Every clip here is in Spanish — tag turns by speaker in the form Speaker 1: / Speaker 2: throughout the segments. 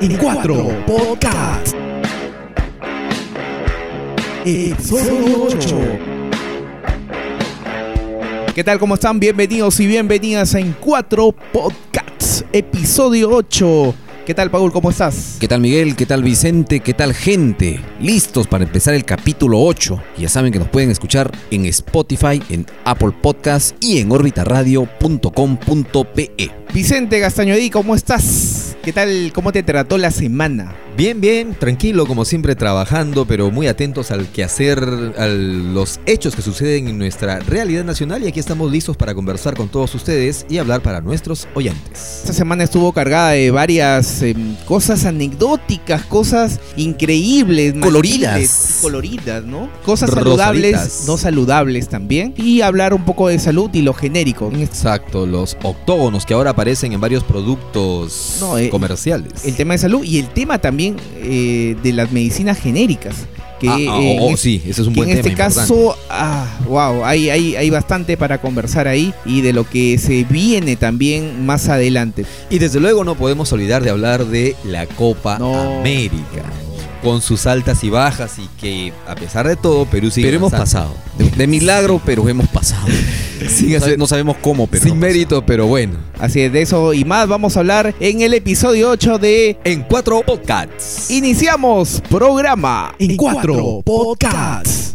Speaker 1: 44 Podcast. Episodio 8. ¿Qué tal? ¿Cómo están? Bienvenidos y bienvenidas a En 4 Podcasts, episodio 8. ¿Qué tal, Paul? ¿Cómo estás?
Speaker 2: ¿Qué tal Miguel? ¿Qué tal Vicente? ¿Qué tal gente? ¿Listos para empezar el capítulo 8? Ya saben que nos pueden escuchar en Spotify, en Apple Podcast y en orbitaradio.com.pe.
Speaker 1: Vicente Gastañodí, ¿cómo estás? ¿Qué tal? ¿Cómo te trató la semana?
Speaker 3: Bien, bien, tranquilo, como siempre trabajando, pero muy atentos al quehacer, a los hechos que suceden en nuestra realidad nacional y aquí estamos listos para conversar con todos ustedes y hablar para nuestros oyentes.
Speaker 1: Esta semana estuvo cargada de varias em, cosas anecdóticas, cosas increíbles,
Speaker 2: Coloridas.
Speaker 1: matices, coloridas, ¿no? Cosas
Speaker 3: Rosaditas.
Speaker 1: saludables, no saludables también. Y hablar un poco de salud y lo genérico. En este-
Speaker 3: Exacto, los octógonos que ahora aparecen en varios productos
Speaker 1: No, eh,
Speaker 3: comerciales.
Speaker 1: El tema de salud y el tema también eh, de las medicinas genéricas. Que
Speaker 3: Ah, ah,
Speaker 1: eh,
Speaker 3: oh,
Speaker 1: en
Speaker 3: oh, sí, ese es un
Speaker 1: que
Speaker 3: buen
Speaker 1: en
Speaker 3: tema.
Speaker 1: este caso, ah, wow, hay, hay, hay bastante para conversar ahí y de lo que se viene también más adelante.
Speaker 3: Y desde luego no podemos olvidar de hablar de la Copa
Speaker 1: No.
Speaker 3: América, con sus altas y bajas y que a pesar de todo Perú sigue
Speaker 2: pero hemos
Speaker 3: avanzando.
Speaker 2: pasado. De, de milagro, pero hemos pasado.
Speaker 3: Sin
Speaker 2: No sabe-
Speaker 3: hacer-
Speaker 2: no sabemos cómo, pero.
Speaker 3: Sin
Speaker 2: hemos pasado.
Speaker 3: mérito, pero bueno.
Speaker 1: Así es, de eso y más vamos a hablar en el episodio 8 de
Speaker 3: En cuatro podcasts.
Speaker 1: Iniciamos programa
Speaker 4: En 4 Podcast.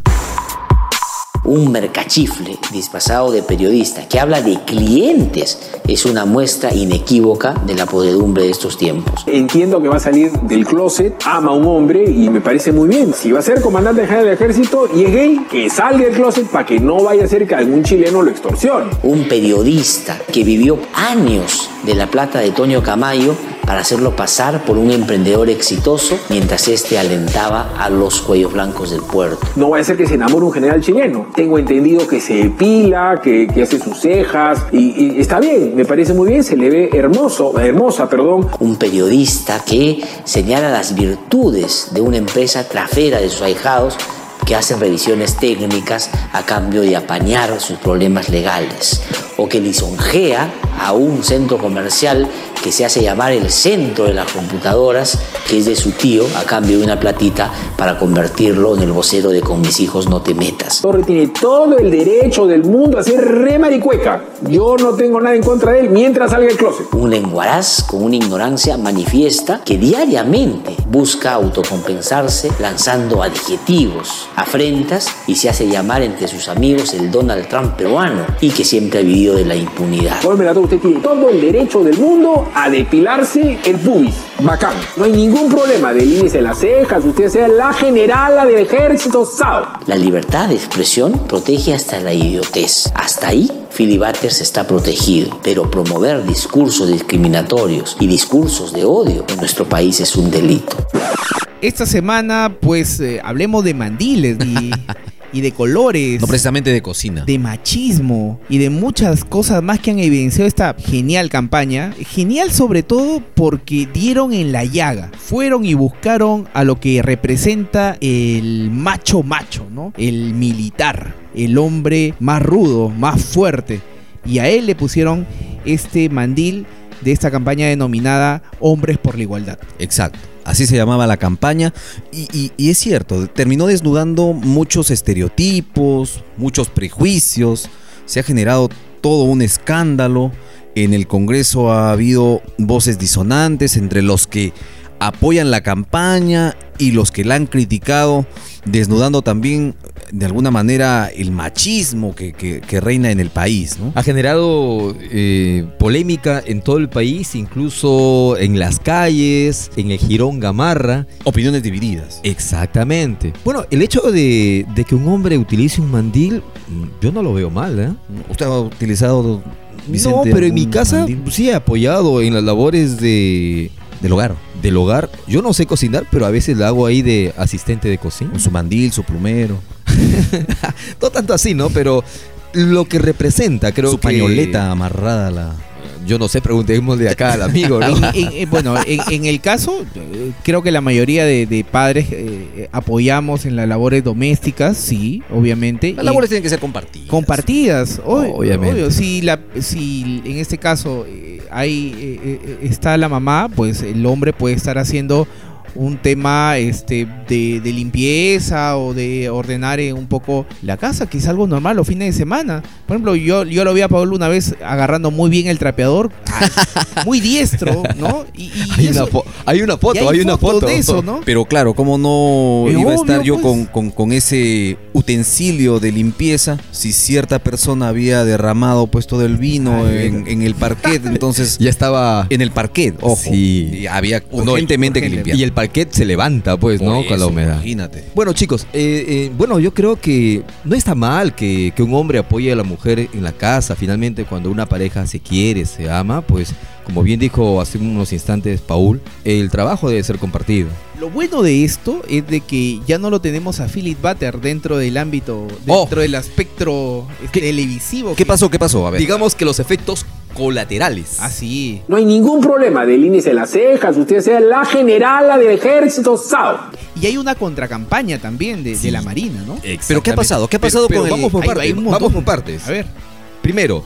Speaker 5: Un mercachifle disfrazado de periodista que habla de clientes es una muestra inequívoca de la podredumbre de estos tiempos.
Speaker 6: Entiendo que va a salir del closet, ama a un hombre y me parece muy bien. Si va a ser comandante general del ejército y es gay, que salga del closet para que no vaya a ser que algún chileno lo extorsione.
Speaker 5: Un periodista que vivió años de la plata de Toño Camayo para hacerlo pasar por un emprendedor exitoso mientras este alentaba a los cuellos blancos del puerto.
Speaker 6: No va a ser que se enamore un general chileno. Tengo entendido que se depila, que, que hace sus cejas y, y está bien, me parece muy bien, se le ve hermoso, hermosa, perdón.
Speaker 5: Un periodista que señala las virtudes de una empresa trafera de sus ahijados que hacen revisiones técnicas a cambio de apañar sus problemas legales. O que lisonjea a un centro comercial que se hace llamar el centro de las computadoras, que es de su tío, a cambio de una platita para convertirlo en el vocero de con mis hijos no te metas.
Speaker 6: Torre tiene todo el derecho del mundo a ser re maricueca. Yo no tengo nada en contra de él mientras salga del closet.
Speaker 5: Un lenguaraz con una ignorancia manifiesta que diariamente busca autocompensarse lanzando adjetivos, afrentas y se hace llamar entre sus amigos el Donald Trump peruano y que siempre ha vivido de la impunidad.
Speaker 6: Pónmela todo, usted tiene todo el derecho del mundo a depilarse el pubis. Bacán. No hay ningún problema. Delímese las cejas. Usted sea la generala del ejército SAO.
Speaker 5: La libertad de expresión protege hasta la idiotez. Hasta ahí, Filibates está protegido, pero promover discursos discriminatorios y discursos de odio en nuestro país es un delito.
Speaker 1: Esta semana, pues, eh, hablemos de mandiles y, y de colores.
Speaker 2: No precisamente de cocina.
Speaker 1: de machismo y de muchas cosas más que han evidenciado esta genial campaña. Genial sobre todo porque dieron en la llaga. Fueron y buscaron a lo que representa el macho macho, ¿no? El militar, el hombre más rudo, más fuerte. Y a él le pusieron este mandil de esta campaña denominada Hombres por la Igualdad.
Speaker 2: Exacto. Así se llamaba la campaña. Y, y- y es cierto, terminó desnudando muchos estereotipos, muchos prejuicios. Se ha generado todo un escándalo. En el Congreso ha habido voces disonantes entre los que apoyan la campaña y los que la han criticado, desnudando también de alguna manera el machismo que, que- que reina en el país. ¿no?
Speaker 3: ha generado eh, polémica en todo el país, incluso en las calles, en el Girón Gamarra.
Speaker 2: Opiniones divididas.
Speaker 3: Exactamente. Bueno, el hecho de, de que un hombre utilice un mandil, mm, yo no lo veo mal, ¿eh?
Speaker 2: ¿Usted ha utilizado...
Speaker 3: no,
Speaker 2: Vicente,
Speaker 3: pero en mi
Speaker 2: algún
Speaker 3: casa
Speaker 2: mandil?
Speaker 3: sí he apoyado en las labores de,
Speaker 2: del hogar.
Speaker 3: del hogar. Yo no sé cocinar, pero a veces la hago ahí de asistente de cocina.
Speaker 2: Con su mandil, su plumero,
Speaker 3: No tanto así, ¿no? Pero lo que representa, creo
Speaker 2: su
Speaker 3: que...
Speaker 2: pañoleta amarrada a la.
Speaker 3: Yo no sé, preguntémosle acá al amigo, ¿no?
Speaker 1: En- en- en- bueno, en, en el caso, eh, creo que la mayoría de, de padres eh, apoyamos en las labores domésticas, sí, obviamente.
Speaker 2: Las
Speaker 1: y
Speaker 2: labores tienen que ser compartidas.
Speaker 1: compartidas, ob-
Speaker 3: Obviamente.
Speaker 1: obvio. Si, la, si en este caso eh, ahí eh, eh, está la mamá, pues el hombre puede estar haciendo un tema este, de, de limpieza o de ordenar eh, un poco la casa, que es algo normal los fines de semana. Por ejemplo, yo, yo lo vi a Pablo una vez agarrando muy bien el trapeador, ah, muy diestro, ¿no? Y, y
Speaker 3: Hay,
Speaker 1: eso-
Speaker 3: una fo- hay una foto,
Speaker 1: y hay
Speaker 3: hay, una
Speaker 1: fotos
Speaker 3: foto.
Speaker 1: de eso, ¿no?
Speaker 2: Pero claro, ¿cómo no
Speaker 1: Eh,
Speaker 2: iba a estar
Speaker 1: obvio,
Speaker 2: yo
Speaker 1: pues.
Speaker 2: con, con- con ese utensilio de limpieza si cierta persona había derramado pues todo el vino
Speaker 1: Ay,
Speaker 2: en, en el parquet? Entonces,
Speaker 3: Ya estaba.
Speaker 2: en el parquet, ojo.
Speaker 3: Sí.
Speaker 2: Y había
Speaker 3: No,
Speaker 2: urgentemente que
Speaker 1: urgente.
Speaker 2: limpiar.
Speaker 3: Y el parquet se levanta, pues,
Speaker 2: Por
Speaker 3: ¿no?
Speaker 2: eso,
Speaker 3: Con la humedad.
Speaker 2: Imagínate.
Speaker 3: Bueno, chicos, eh, eh, bueno, yo creo que no está mal que, que un hombre apoye a la mujer en la casa. Finalmente, cuando una pareja se quiere, se ama, pues, como bien dijo hace unos instantes Paul, el trabajo debe ser compartido.
Speaker 1: Lo bueno de esto es de que ya no lo tenemos a Philip Butter dentro del ámbito,
Speaker 2: Oh.
Speaker 1: dentro del espectro este, televisivo.
Speaker 2: ¿Qué pasó? ¿Qué pasó? A ver.
Speaker 3: Digamos que los efectos colaterales.
Speaker 1: Ah, Así.
Speaker 6: No hay ningún problema, delínese las cejas, usted sea la generala del ejército SAO.
Speaker 1: Y hay una contracampaña también de, de la Marina, ¿no?
Speaker 2: Pero ¿qué ha pasado? ¿Qué ha pasado
Speaker 3: Pero-
Speaker 2: con
Speaker 3: pero
Speaker 2: el-
Speaker 3: vamos por
Speaker 1: hay-
Speaker 3: partes,
Speaker 1: hay un montón.
Speaker 3: vamos por partes.
Speaker 1: A ver.
Speaker 3: Primero,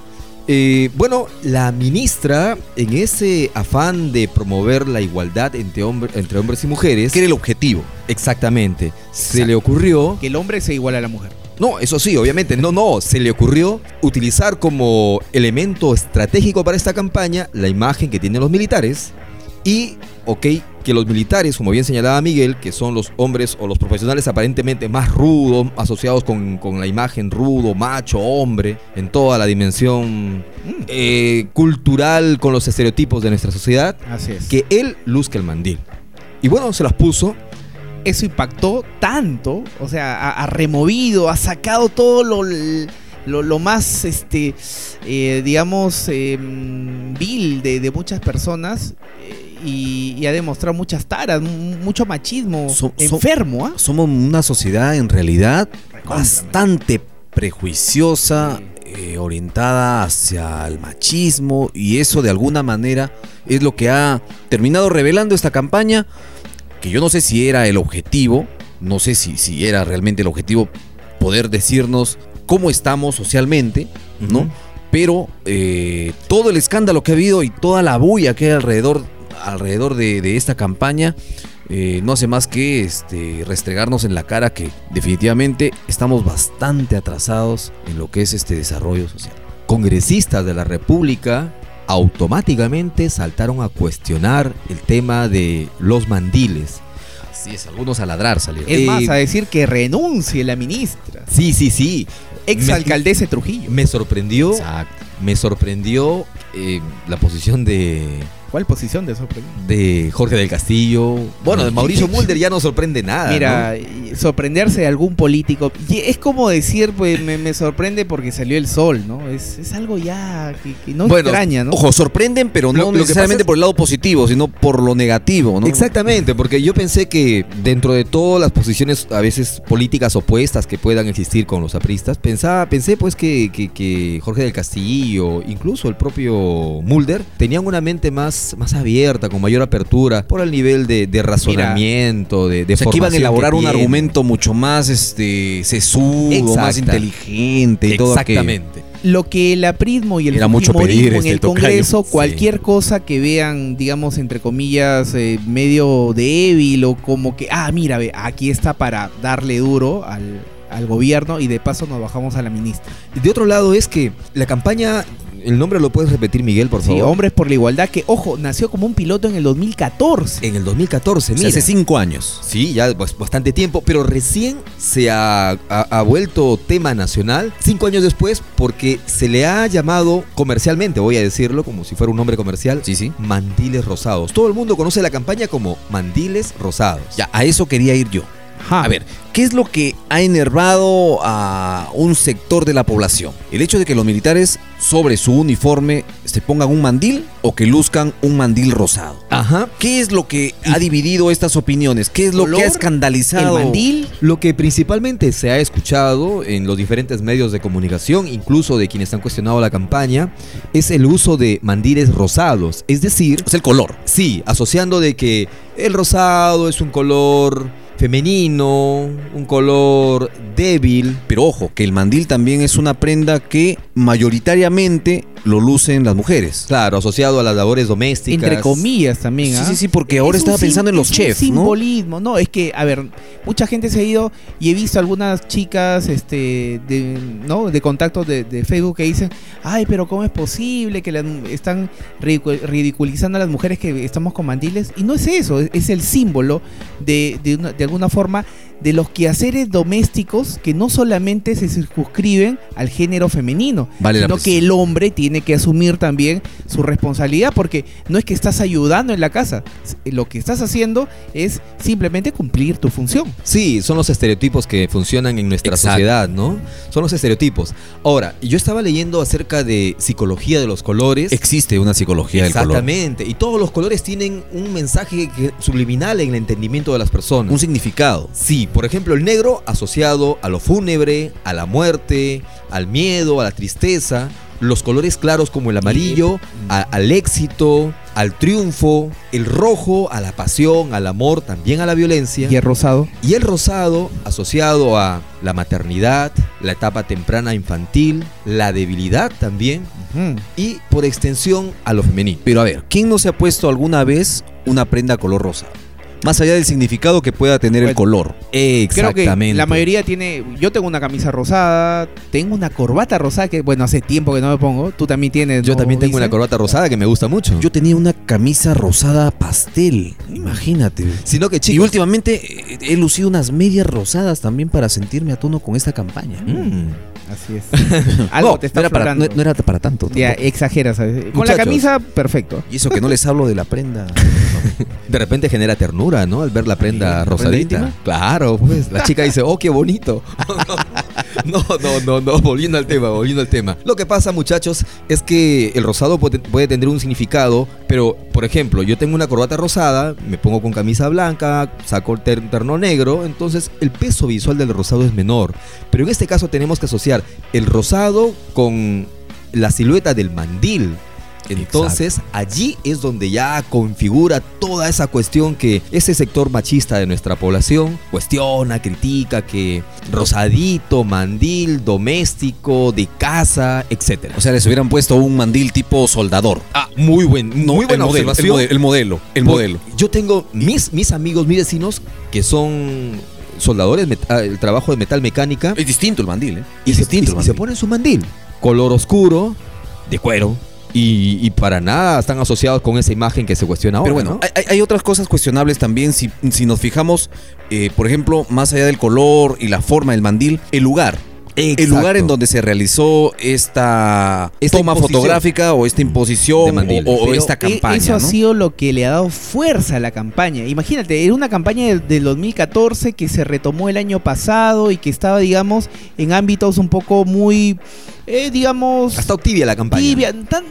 Speaker 3: eh, bueno, la ministra, en ese afán de promover la igualdad entre, hombre- entre hombres y mujeres,
Speaker 2: ¿Qué era el objetivo?
Speaker 3: exactamente, se le ocurrió,
Speaker 1: Que el hombre se iguala a la mujer.
Speaker 3: no, eso sí, obviamente, no, no, se le ocurrió utilizar como elemento estratégico para esta campaña la imagen que tienen los militares y, ok, que los militares, como bien señalaba Miguel, que son los hombres o los profesionales aparentemente más rudos, asociados con, con la imagen rudo, macho, hombre, en toda la dimensión eh, cultural con los estereotipos de nuestra sociedad,
Speaker 1: Así es.
Speaker 3: que él luzca el mandil. Y bueno, se las puso.
Speaker 1: eso impactó tanto, o sea, ha, ha removido, ha sacado todo lo, lo, lo más, este, eh, digamos, eh, vil de, de muchas personas eh, y, y ha demostrado muchas taras, mu- mucho machismo
Speaker 2: Son- son-
Speaker 1: enfermo, ¿ah?
Speaker 2: Somos una sociedad en realidad
Speaker 1: Recontra,
Speaker 2: bastante prejuiciosa,
Speaker 1: Sí.
Speaker 2: eh, orientada hacia el machismo y eso de alguna manera es lo que ha terminado revelando esta campaña, que yo no sé si era el objetivo, no sé si, si era realmente el objetivo poder decirnos cómo estamos socialmente, ¿no?
Speaker 3: Ujú.
Speaker 2: Pero eh, todo el escándalo que ha habido y toda la bulla que hay alrededor, alrededor de, de esta campaña eh, no hace más que este, restregarnos en la cara que definitivamente estamos bastante atrasados en lo que es este desarrollo social.
Speaker 3: congresistas de la República automáticamente saltaron a cuestionar el tema de los mandiles.
Speaker 2: Así es, algunos a ladrar salieron.
Speaker 1: Es
Speaker 3: eh,
Speaker 1: más, a decir que renuncie la ministra,
Speaker 3: Sí, sí, sí.
Speaker 1: exalcaldesa de Trujillo.
Speaker 3: Me sorprendió,
Speaker 2: Exacto.
Speaker 3: me sorprendió eh, la posición de,
Speaker 1: ¿Cuál posición de sorprendente?
Speaker 3: de Jorge del Castillo. Bueno, de Mauricio Mulder ya no sorprende nada.
Speaker 1: Mira, y- sorprenderse de algún político y es como decir, pues me, me sorprende porque salió el sol, ¿no? Es, es algo ya que, que no
Speaker 2: Bueno,
Speaker 1: extraña, ¿no?
Speaker 2: Ojo, sorprenden, pero no
Speaker 3: Lo- lo que
Speaker 2: necesariamente
Speaker 3: pasa es-
Speaker 2: por el lado positivo, sino por lo negativo, ¿no?
Speaker 3: Exactamente, porque yo pensé que dentro de todas las posiciones a veces políticas opuestas que puedan existir con los apristas, pensaba, pensé pues que, que- que Jorge del Castillo, incluso el propio Mulder, tenían una mente más, más abierta, con mayor apertura, por el nivel de, de razonamiento, de, de
Speaker 2: o sea, que iban a
Speaker 3: formación
Speaker 2: elaborar
Speaker 3: que
Speaker 2: un
Speaker 3: tienen.
Speaker 2: argumento mucho más este sesudo, más
Speaker 3: Exacta.
Speaker 2: inteligente y todo aquello.
Speaker 3: Exactamente.
Speaker 1: Lo que el aprismo y el
Speaker 2: Era mucho
Speaker 1: fujimorismo
Speaker 2: pedir,
Speaker 1: en
Speaker 2: este,
Speaker 1: el
Speaker 2: tocayo.
Speaker 1: Congreso,
Speaker 2: Sí.
Speaker 1: cualquier cosa que vean, digamos, entre comillas, eh, medio débil o como que, ah, mira, ve, aquí está para darle duro al, al gobierno y de paso nos bajamos a la ministra.
Speaker 3: De otro lado es que la campaña, el nombre lo puedes repetir Miguel, por
Speaker 1: Sí,
Speaker 3: favor.
Speaker 1: Hombres por la Igualdad, que, ojo, nació como un piloto en el 2014.
Speaker 3: En el 2014,
Speaker 2: O sea,
Speaker 3: mira.
Speaker 2: hace cinco años.
Speaker 3: Sí, ya bas- bastante tiempo, pero recién se ha, ha- ha vuelto tema nacional cinco años después porque se le ha llamado comercialmente, voy a decirlo como si fuera un nombre comercial,
Speaker 2: Sí, sí.
Speaker 3: mandiles rosados. Todo el mundo conoce la campaña como mandiles rosados.
Speaker 2: Ya, a eso quería ir yo.
Speaker 1: Ajá.
Speaker 2: A ver, ¿qué es lo que ha enervado a un sector de la población? ¿El hecho de que los militares sobre su uniforme se pongan un mandil o que luzcan un mandil rosado?
Speaker 3: Ajá.
Speaker 2: ¿Qué es lo que ha dividido estas opiniones? ¿Qué es lo que
Speaker 1: Color,
Speaker 2: ha
Speaker 1: el
Speaker 2: escandalizado?
Speaker 1: mandil
Speaker 3: Lo que principalmente se ha escuchado en los diferentes medios de comunicación, incluso de quienes han cuestionado la campaña, es el uso de mandiles rosados, es decir,
Speaker 2: O sea, el color.
Speaker 3: Sí, asociando de que el rosado es un color femenino, un color débil.
Speaker 2: Pero ojo, que el mandil también es una prenda que mayoritariamente lo lucen las mujeres.
Speaker 3: Claro, asociado a las labores domésticas.
Speaker 1: Entre comillas también. ¿ah?
Speaker 2: Sí, sí, sí, porque ahora
Speaker 1: Es un
Speaker 2: estaba
Speaker 1: sim-
Speaker 2: pensando en los
Speaker 1: es un
Speaker 2: chefs, ¿no?
Speaker 1: Simbolismo, ¿no? Es que, a ver, mucha gente se ha ido y he visto algunas chicas este, de, ¿no? de contactos de, de Facebook que dicen, ay, pero ¿cómo es posible que las mu- están ridicu- ridiculizando a las mujeres que estamos con mandiles? Y no es eso, es, es el símbolo de, de, una- de alguna forma de los quehaceres domésticos que no solamente se circunscriben al género femenino,
Speaker 2: Vale la
Speaker 1: sino
Speaker 2: pres-
Speaker 1: que el hombre tiene que asumir también su responsabilidad porque no es que estás ayudando en la casa, s- eh, lo que estás haciendo es simplemente cumplir tu función.
Speaker 3: Sí, son los estereotipos que funcionan en nuestra
Speaker 2: Exacto.
Speaker 3: sociedad, ¿no? Son los estereotipos. Ahora, yo estaba leyendo acerca de psicología de los colores.
Speaker 2: Existe una psicología del color.
Speaker 3: Exactamente. Y todos los colores tienen un mensaje que- subliminal en el entendimiento de las personas.
Speaker 2: Un significado.
Speaker 3: Sí, por ejemplo, el negro asociado a lo fúnebre, a la muerte, al miedo, a la tristeza. Los colores claros como el amarillo, a- al éxito, al triunfo. El rojo, a la pasión, al amor, también a la violencia.
Speaker 1: Y el rosado.
Speaker 3: Y el rosado, asociado a la maternidad, la etapa temprana infantil, la debilidad también, y por extensión a lo femenino.
Speaker 2: Pero a ver, ¿quién no se ha puesto alguna vez una prenda color rosa? Más allá del significado que pueda tener
Speaker 1: Bueno,
Speaker 2: el color.
Speaker 1: Creo que
Speaker 3: Exactamente.
Speaker 1: la mayoría tiene, yo tengo una camisa rosada, tengo una corbata rosada que bueno, hace tiempo que no me pongo, tú también tienes.
Speaker 3: Yo
Speaker 1: ¿no,
Speaker 3: también tengo
Speaker 1: Vincent?
Speaker 3: una corbata rosada que me gusta mucho.
Speaker 2: Yo tenía una camisa rosada pastel. Imagínate.
Speaker 3: sino que
Speaker 2: y
Speaker 3: chicos.
Speaker 2: últimamente eh, he lucido unas medias rosadas también para sentirme a tono con esta campaña.
Speaker 3: Mm.
Speaker 1: Así es. Algo
Speaker 2: No,
Speaker 1: te está
Speaker 2: no era para, no,
Speaker 1: aflorando.
Speaker 2: no era para tanto.
Speaker 1: Ya,
Speaker 3: eh.
Speaker 2: tampoco.
Speaker 1: exageras. ¿sabes? Con la
Speaker 3: Muchachos.
Speaker 1: camisa, perfecto.
Speaker 2: Y eso que no les hablo de la prenda.
Speaker 3: De repente genera ternura, ¿no? Al ver la prenda
Speaker 2: ¿La prenda
Speaker 3: rosadita.
Speaker 2: íntima?
Speaker 3: claro, pues la chica dice, oh, qué bonito. no, no, no, no, volviendo al tema, volviendo al tema. Lo que pasa, muchachos, es que el rosado puede, puede tener un significado, pero, por ejemplo, yo tengo una corbata rosada, me pongo con camisa blanca, saco el ter- terno negro, entonces el peso visual del rosado es menor. Pero en este caso tenemos que asociar el rosado con la silueta del mandil. Entonces Pues allí es donde ya configura toda esa cuestión que ese sector machista de nuestra población cuestiona, critica, que rosadito, mandil, doméstico, de casa, etc.
Speaker 2: O sea, les hubieran puesto un mandil tipo soldador.
Speaker 3: Ah, muy buen, muy buena
Speaker 2: el modelo, el
Speaker 3: observación.
Speaker 2: modelo, el modelo, el
Speaker 3: Por-
Speaker 2: modelo.
Speaker 3: Yo tengo mis, mis amigos, mis vecinos que son soldadores, met- ah, el trabajo de metal mecánica
Speaker 2: Es distinto el mandil, ¿eh?
Speaker 3: y,
Speaker 2: Es
Speaker 3: se,
Speaker 2: distinto
Speaker 3: y-
Speaker 2: el
Speaker 3: y se
Speaker 2: mandil.
Speaker 3: ponen su mandil. Color oscuro, de cuero. Y, y para nada están asociados con esa imagen que se cuestiona ahora.
Speaker 2: Pero bueno,
Speaker 3: Ah, ¿no?
Speaker 2: hay- hay, hay otras cosas cuestionables también. Si, si nos fijamos, eh, por ejemplo, más allá del color y la forma del mandil, el lugar. El
Speaker 3: Exacto.
Speaker 2: lugar en donde se realizó esta,
Speaker 3: Esta
Speaker 2: toma
Speaker 3: imposición.
Speaker 2: fotográfica o esta
Speaker 3: De
Speaker 2: imposición o,
Speaker 3: mandil.
Speaker 2: o- o
Speaker 1: Pero
Speaker 2: esta
Speaker 1: e-
Speaker 2: campaña.
Speaker 1: Eso ha
Speaker 2: ¿no?
Speaker 1: sido lo que le ha dado fuerza a la campaña. Imagínate, era una campaña del, del 2014 que se retomó el año pasado y que estaba, digamos, en ámbitos un poco muy, eh, digamos,
Speaker 3: Ha estado tibia la campaña.
Speaker 1: tibia. tan-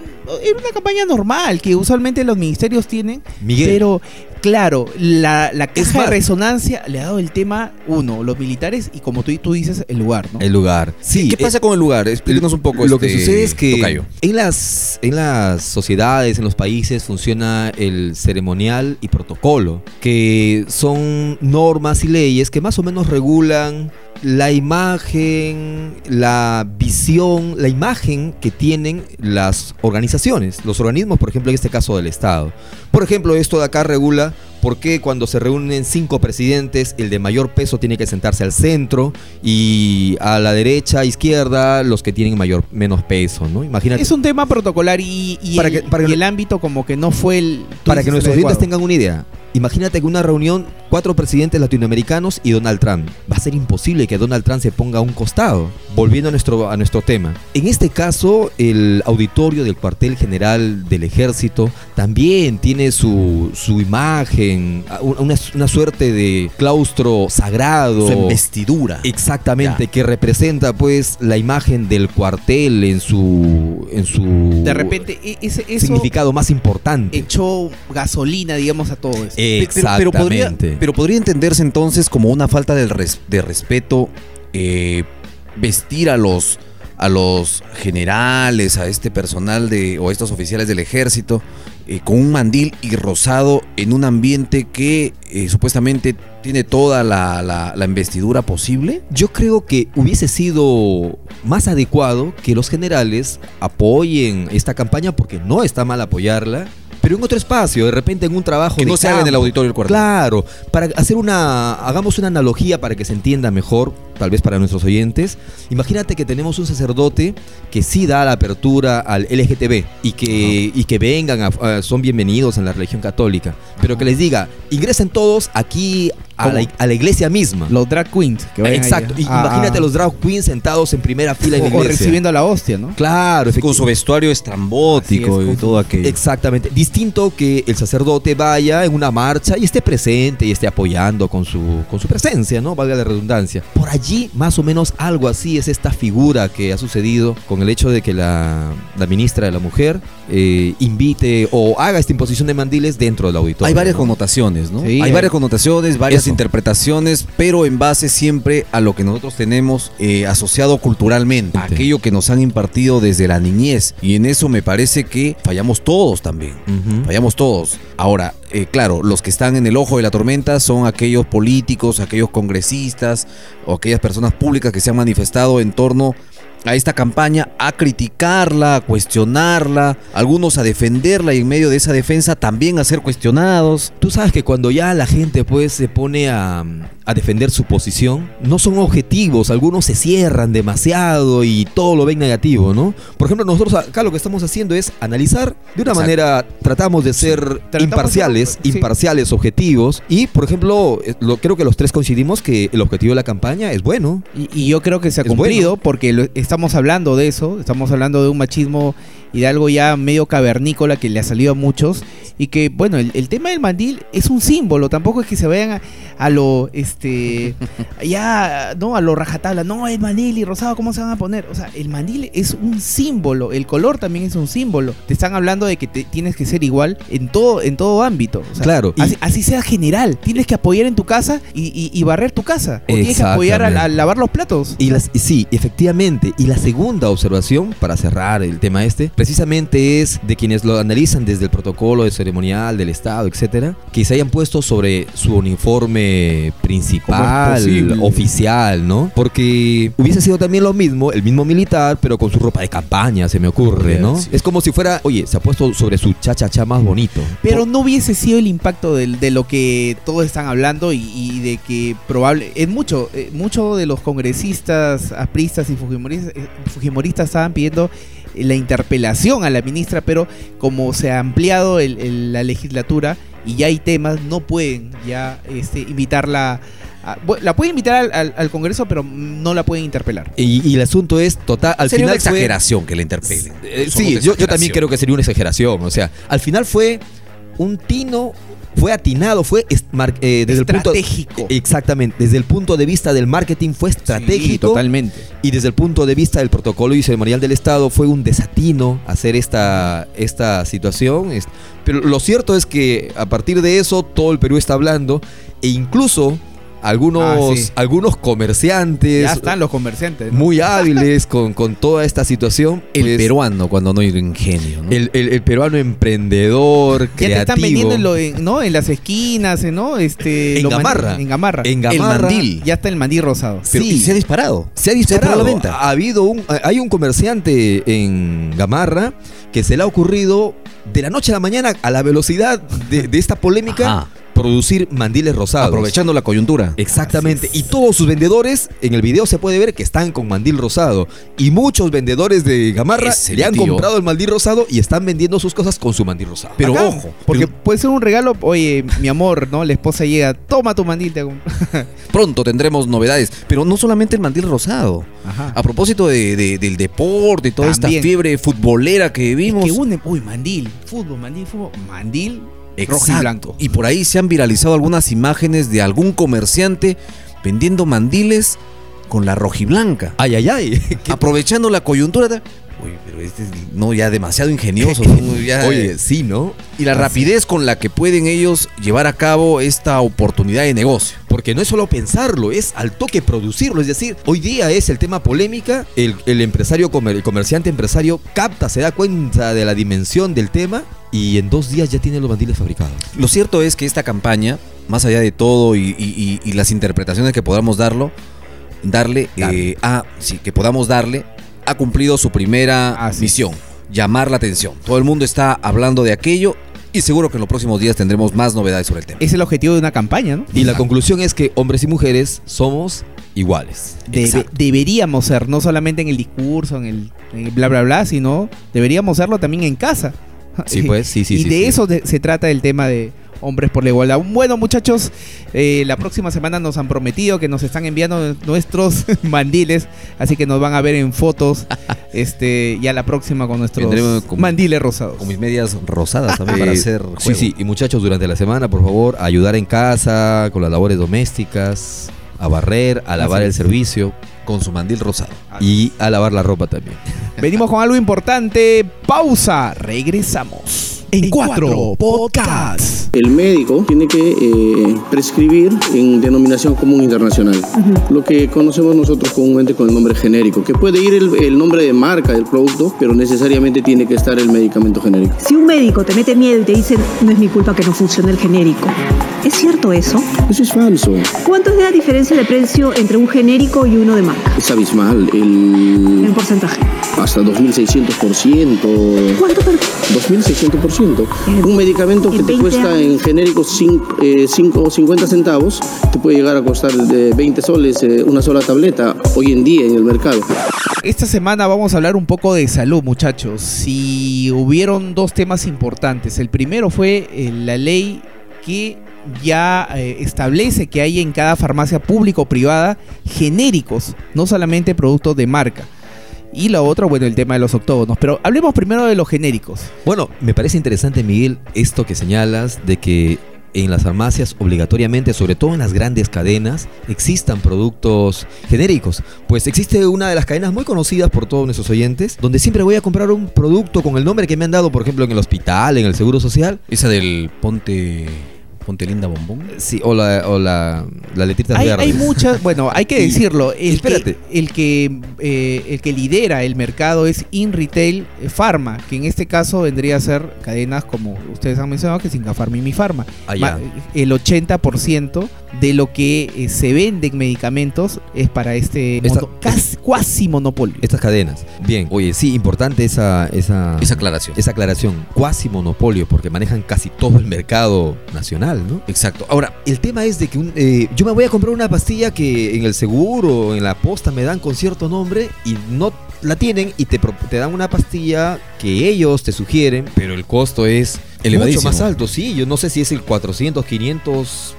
Speaker 1: era una campaña normal que usualmente los ministerios tienen,
Speaker 3: Miguel.
Speaker 1: pero claro, la, la caja
Speaker 3: más-
Speaker 1: de resonancia le ha dado el tema, uno, los militares y como tú, tú dices, el lugar, ¿no?
Speaker 3: El lugar. Sí.
Speaker 2: ¿Qué
Speaker 3: eh,
Speaker 2: pasa con el lugar? Explícanos un poco.
Speaker 3: Lo que
Speaker 2: este,
Speaker 3: sucede es que
Speaker 2: tocayo.
Speaker 3: en las, en las sociedades, en los países, funciona el ceremonial y protocolo, que son normas y leyes que más o menos regulan la imagen, la visión, la imagen que tienen las organizaciones, los organismos, por ejemplo, en este caso del Estado. Por ejemplo, esto de acá regula por qué cuando se reúnen cinco presidentes, el de mayor peso tiene que sentarse al centro y a la derecha, izquierda, los que tienen mayor, menos peso, ¿no? Imagínate.
Speaker 1: Es un tema protocolar y, y
Speaker 3: Para
Speaker 1: el,
Speaker 3: que- para
Speaker 1: y
Speaker 3: que no-
Speaker 1: el ámbito como que no fue el... tú
Speaker 3: para
Speaker 1: dices,
Speaker 3: que
Speaker 1: el
Speaker 3: nuestros
Speaker 1: adecuado.
Speaker 3: oyentes tengan una idea. Imagínate que una reunión, cuatro presidentes latinoamericanos y Donald Trump. Va a ser imposible que Donald Trump se ponga a un costado. Volviendo a nuestro, a nuestro tema. En este caso, el auditorio del cuartel general del ejército también tiene su, su imagen, a- una, una suerte de claustro sagrado.
Speaker 2: Su investidura.
Speaker 3: Exactamente,
Speaker 2: Ya.
Speaker 3: que representa pues la imagen del cuartel en su, en su
Speaker 1: De repente, e- ese, eso
Speaker 3: significado más importante.
Speaker 1: echó gasolina, digamos, a todo
Speaker 3: Eh,
Speaker 1: eso.
Speaker 2: Pe- pero- Pero, podría,
Speaker 3: Exactamente.
Speaker 2: pero podría entenderse entonces como una falta de, res- de respeto eh, vestir a los a los generales, a este personal de o a estos oficiales del ejército eh, con un mandil y rosado en un ambiente que eh, supuestamente tiene toda la, la- la investidura posible.
Speaker 3: Yo creo que hubiese sido más adecuado que los generales apoyen esta campaña porque no está mal apoyarla, pero en otro espacio, de repente en un trabajo
Speaker 2: Que
Speaker 3: de
Speaker 2: no se haga en el
Speaker 3: campo.
Speaker 2: auditorio del cuartel.
Speaker 3: Claro, para hacer una hagamos una analogía para que se entienda mejor, tal vez para nuestros oyentes. Imagínate que tenemos un sacerdote que sí da la apertura al LGTB y que y que vengan a- a- son bienvenidos en la religión católica, pero que les diga, ingresen todos aquí a la,
Speaker 1: ¿Cómo?
Speaker 3: a la iglesia misma.
Speaker 1: Los drag queens. Que vayan
Speaker 3: Exacto.
Speaker 1: ahí
Speaker 3: Y
Speaker 1: a-
Speaker 3: imagínate
Speaker 1: a-
Speaker 3: los drag queens sentados en primera fila en la
Speaker 1: o, o
Speaker 3: iglesia.
Speaker 1: recibiendo a la hostia, ¿no?
Speaker 3: Claro,
Speaker 2: Con su
Speaker 3: efectivamente.
Speaker 2: vestuario estrambótico
Speaker 1: Así es,
Speaker 2: y
Speaker 1: con-
Speaker 2: todo aquello.
Speaker 3: Exactamente. Distinto que el sacerdote vaya en una marcha y esté presente y esté apoyando con su, con su presencia, ¿no? Valga la redundancia. Por allí, más o menos, algo así es esta figura que ha sucedido con el hecho de que la, la ministra de la Mujer eh, invite o haga esta imposición de mandiles dentro del auditorio.
Speaker 2: Hay varias
Speaker 3: ¿no? eh.
Speaker 2: connotaciones, ¿no?
Speaker 1: Sí,
Speaker 2: hay
Speaker 1: hay-
Speaker 2: varias connotaciones, varias
Speaker 3: Eso.
Speaker 2: interpretaciones, pero en base siempre a lo que nosotros tenemos eh, asociado culturalmente,
Speaker 3: Ente.
Speaker 2: aquello que nos han impartido desde la niñez. Y en eso me parece que fallamos todos también.
Speaker 3: Ujú.
Speaker 2: Fallamos todos. Ahora, eh, claro, los que están en el ojo de la tormenta son aquellos políticos, aquellos congresistas o aquellas personas públicas que se han manifestado en torno a esta campaña, a criticarla, a cuestionarla, algunos a defenderla y en medio de esa defensa también a ser cuestionados.
Speaker 3: Tú sabes que cuando ya la gente pues se pone a, a defender su posición, no son objetivos, algunos se cierran demasiado y todo lo ven negativo, ¿no? Por ejemplo, nosotros acá lo que estamos haciendo es analizar de una
Speaker 2: Exacto.
Speaker 3: manera, tratamos de ser
Speaker 1: Tratamos
Speaker 3: imparciales,
Speaker 1: de- sí.
Speaker 3: imparciales, objetivos y, por ejemplo, eh, lo- creo que los tres coincidimos que el objetivo de la campaña es bueno.
Speaker 1: Y, y yo creo que se ha
Speaker 3: Es
Speaker 1: cumplido porque lo- estamos hablando de eso, estamos hablando de un machismo y de algo ya medio cavernícola que le ha salido a muchos y que bueno, el, el tema del mandil es un símbolo, tampoco es que se vayan a, a lo este ya no a lo rajatabla, no, el mandil y rosado, ¿cómo se van a poner? O sea, el mandil es un símbolo, el color también es un símbolo. Te están hablando de que te- tienes que ser igual en todo en todo ámbito, o sea,
Speaker 3: Claro, y-
Speaker 1: así, así sea general, tienes que apoyar en tu casa y, y- y barrer tu casa, o tienes que apoyar al-
Speaker 3: Exactamente.
Speaker 1: al lavar los platos.
Speaker 3: Y las, y sí, efectivamente. Y la segunda observación, para cerrar el tema este, precisamente es de quienes lo analizan desde el protocolo de ceremonial, del Estado, etcétera, que se hayan puesto sobre su uniforme
Speaker 2: ¿Cómo es
Speaker 3: principal,
Speaker 2: posible?
Speaker 3: oficial, ¿no? Porque hubiese sido también lo mismo, el mismo militar, pero con su ropa de campaña, se me ocurre, ¿no?
Speaker 2: Sí.
Speaker 3: Es como si fuera, oye, se ha puesto sobre su cha-cha-cha más bonito.
Speaker 1: Pero no hubiese sido el impacto del- de, lo que todos están hablando y, y de que probable es mucho eh, mucho de los congresistas apristas y fujimoristas, eh, fujimoristas estaban pidiendo eh, la interpelación a la ministra, pero como se ha ampliado el- el- la legislatura y ya hay temas, no pueden ya este, invitarla. a- bu- la pueden invitar al, al- al Congreso, pero no la pueden interpelar.
Speaker 3: Y, y el asunto es total. Al
Speaker 2: Sería
Speaker 3: final
Speaker 2: una
Speaker 3: fue-
Speaker 2: exageración que le interpelen.
Speaker 3: Eh,
Speaker 2: Somos
Speaker 3: sí, yo, yo también
Speaker 2: exageración.
Speaker 3: creo que sería una exageración. O sea, al final fue un tino, fue atinado, fue est- mar- eh, desde el punto
Speaker 1: Estratégico.
Speaker 3: Exactamente, desde el punto de vista del marketing fue estratégico
Speaker 1: Sí, totalmente.
Speaker 3: y desde el punto de vista del protocolo y ceremonial del Estado fue un desatino hacer esta, esta situación. Es- Pero lo cierto es que a partir de eso todo el Perú está hablando e incluso algunos,
Speaker 1: Ah, sí.
Speaker 3: algunos comerciantes
Speaker 1: Ya están los comerciantes. ¿no?
Speaker 3: muy hábiles con, con toda esta situación.
Speaker 2: El
Speaker 3: pues,
Speaker 2: peruano cuando no hay ingenio. ¿no?
Speaker 3: el, el- el peruano emprendedor,
Speaker 1: Ya
Speaker 3: creativo.
Speaker 1: te están vendiendo en, lo- en- ¿no? en las esquinas, en, ¿no? Este,
Speaker 3: En
Speaker 1: lo mani-
Speaker 3: gamarra.
Speaker 1: En gamarra.
Speaker 3: En
Speaker 2: El
Speaker 3: gamarra.
Speaker 2: mandil.
Speaker 1: Ya está el mandí rosado.
Speaker 2: Pero-
Speaker 3: sí.
Speaker 2: y se ha disparado.
Speaker 3: Se ha disparado.
Speaker 2: la venta.
Speaker 3: Ha habido un, hay un comerciante en Gamarra que se le ha ocurrido de la noche a la mañana, a la velocidad de, de esta polémica,
Speaker 2: Ajá.
Speaker 3: producir mandiles rosados.
Speaker 2: Aprovechando la coyuntura.
Speaker 3: Exactamente. Y todos sus vendedores, en el video se puede ver que están con mandil rosado. Y muchos vendedores de Gamarra
Speaker 2: Ese
Speaker 3: le han
Speaker 2: tío.
Speaker 3: comprado el mandil rosado y están vendiendo sus cosas con su mandil rosado.
Speaker 2: Pero
Speaker 1: Bacán,
Speaker 2: ojo,
Speaker 1: Porque
Speaker 2: pero-
Speaker 1: puede ser un regalo. Oye, mi amor, ¿no? La esposa llega, toma tu mandil. te comp-
Speaker 2: Pronto tendremos novedades, pero no solamente el mandil rosado.
Speaker 1: Ajá.
Speaker 2: A propósito de- de- del deporte y toda
Speaker 1: También.
Speaker 2: esta fiebre futbolera que vivimos.
Speaker 1: Que une, uy, mandil, fútbol, mandil, fútbol, mandil,
Speaker 2: Exacto.
Speaker 1: rojo y blanco.
Speaker 2: Y por ahí se han viralizado algunas imágenes de algún comerciante vendiendo mandiles con la rojiblanca.
Speaker 1: Ah,
Speaker 3: Ay, ay, ay. ¿Qué
Speaker 2: Aprovechando la coyuntura. de- Uy, pero este es no ya demasiado ingenioso. ¿no? Ya-
Speaker 3: Oye, eh, sí, ¿no?
Speaker 2: y la rapidez con la que pueden ellos llevar a cabo esta oportunidad de negocio.
Speaker 3: Porque no es solo pensarlo, es al toque producirlo. Es decir, hoy día es el tema polémica. El, el empresario, comer- el comerciante empresario capta, se da cuenta de la dimensión del tema y en dos días ya tiene los mandiles fabricados.
Speaker 2: Lo cierto es que esta campaña, más allá de todo y, y- y- y las interpretaciones que podamos darlo, darle
Speaker 3: Darle.
Speaker 2: eh, a sí, que podamos darle, ha cumplido su primera
Speaker 1: Así
Speaker 2: misión, llamar la atención. Todo el mundo está hablando de aquello y seguro que en los próximos días tendremos más novedades sobre el tema.
Speaker 1: Es el objetivo de una campaña, ¿no?
Speaker 3: Y la
Speaker 2: Exacto.
Speaker 3: conclusión es que hombres y mujeres somos iguales.
Speaker 1: Debe-
Speaker 2: Exacto.
Speaker 1: deberíamos ser, no solamente en el discurso, en el, en el bla bla bla, sino deberíamos serlo también en casa.
Speaker 3: Sí, pues, sí, sí.
Speaker 1: y
Speaker 3: sí,
Speaker 1: de
Speaker 3: sí.
Speaker 1: eso de- se trata el tema de Hombres por la Igualdad. Bueno, muchachos, eh, la próxima semana nos han prometido que nos están enviando nuestros mandiles, así que nos van a ver en fotos este ya la próxima con nuestros
Speaker 2: Vendremos con-
Speaker 1: mandiles rosados.
Speaker 2: Con mis medias
Speaker 1: Ah,
Speaker 2: rosadas también
Speaker 3: Eh,
Speaker 2: para hacer
Speaker 3: sí,
Speaker 2: juego.
Speaker 3: sí. Y muchachos, durante la semana, por favor, ayudar en casa, con las labores domésticas, a barrer, a lavar
Speaker 1: Así
Speaker 3: el
Speaker 1: es.
Speaker 3: servicio
Speaker 2: con su mandil rosado.
Speaker 3: y a lavar la ropa también.
Speaker 1: Venimos con algo importante. Pausa, regresamos.
Speaker 4: En cuatro podcasts.
Speaker 7: El médico tiene que eh, prescribir en denominación común internacional, lo que conocemos nosotros comúnmente con el nombre genérico, que puede ir el, el nombre de marca del producto, pero necesariamente tiene que estar el medicamento genérico.
Speaker 8: Si un médico te mete miedo y te dice, no es mi culpa que no funcione el genérico, ¿es cierto eso?
Speaker 7: Eso es falso,
Speaker 8: ¿Cuánto es la diferencia de precio entre un genérico y uno de marca?
Speaker 7: es abismal,
Speaker 8: En
Speaker 7: el
Speaker 8: porcentaje.
Speaker 7: hasta 2600%.
Speaker 8: ¿Cuánto per
Speaker 7: 2600%. Un medicamento que
Speaker 8: En
Speaker 7: te
Speaker 8: 20
Speaker 7: cuesta
Speaker 8: años.
Speaker 7: en genérico 5 50 centavos, te puede llegar a costar de 20 soles eh, una sola tableta hoy en día en el mercado.
Speaker 1: Esta semana vamos a hablar un poco de salud, muchachos. Si hubieron dos temas importantes. El primero fue eh, la ley que ya eh, establece que hay en cada farmacia pública o privada genéricos, no solamente productos de marca. Y la otra, bueno, el tema de los octógonos. Pero hablemos primero de los genéricos.
Speaker 3: Bueno, me parece interesante, Miguel, esto que señalas de que en las farmacias obligatoriamente, sobre todo en las grandes cadenas, existan productos genéricos. Pues existe una de las cadenas muy conocidas por todos nuestros oyentes, donde siempre voy a comprar un producto con el nombre que me han dado, por ejemplo, en el hospital, en el Seguro Social.
Speaker 2: Esa del ponte ponte linda bombón.
Speaker 3: Sí, o la, o la, la letrita
Speaker 1: Hay,
Speaker 3: verde.
Speaker 1: hay muchas, bueno, hay que
Speaker 3: Y-
Speaker 1: decirlo. El
Speaker 3: espérate.
Speaker 1: Que, el, que, eh, el que lidera el mercado es In Retail Pharma, que en este caso vendría a ser cadenas como ustedes han mencionado, que es Incafarma y Mi Pharma.
Speaker 3: Ah, ya.
Speaker 1: Ma- El 80% de lo que eh, se vende en medicamentos es para este
Speaker 3: Esta-
Speaker 1: mono- casi, cuasi monopolio.
Speaker 3: Estas cadenas. Bien, oye, sí, importante esa, esa,
Speaker 2: Esa aclaración.
Speaker 3: esa aclaración. Cuasi monopolio, porque manejan casi todo el mercado nacional, ¿no?
Speaker 2: Exacto. Ahora,
Speaker 3: El tema es de que un- eh, yo me voy a comprar una pastilla que en el seguro, en la posta, me dan con cierto nombre y no la tienen y te, pro- te dan una pastilla que ellos te sugieren, pero el costo es
Speaker 2: Elevadísimo.
Speaker 3: mucho más alto, sí. Yo no sé si es el 400,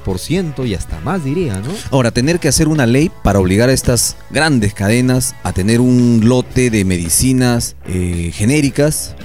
Speaker 3: 500% y hasta más diría, ¿no?
Speaker 2: Ahora, tener que hacer una ley para obligar a estas grandes cadenas a tener un lote de medicinas eh, genéricas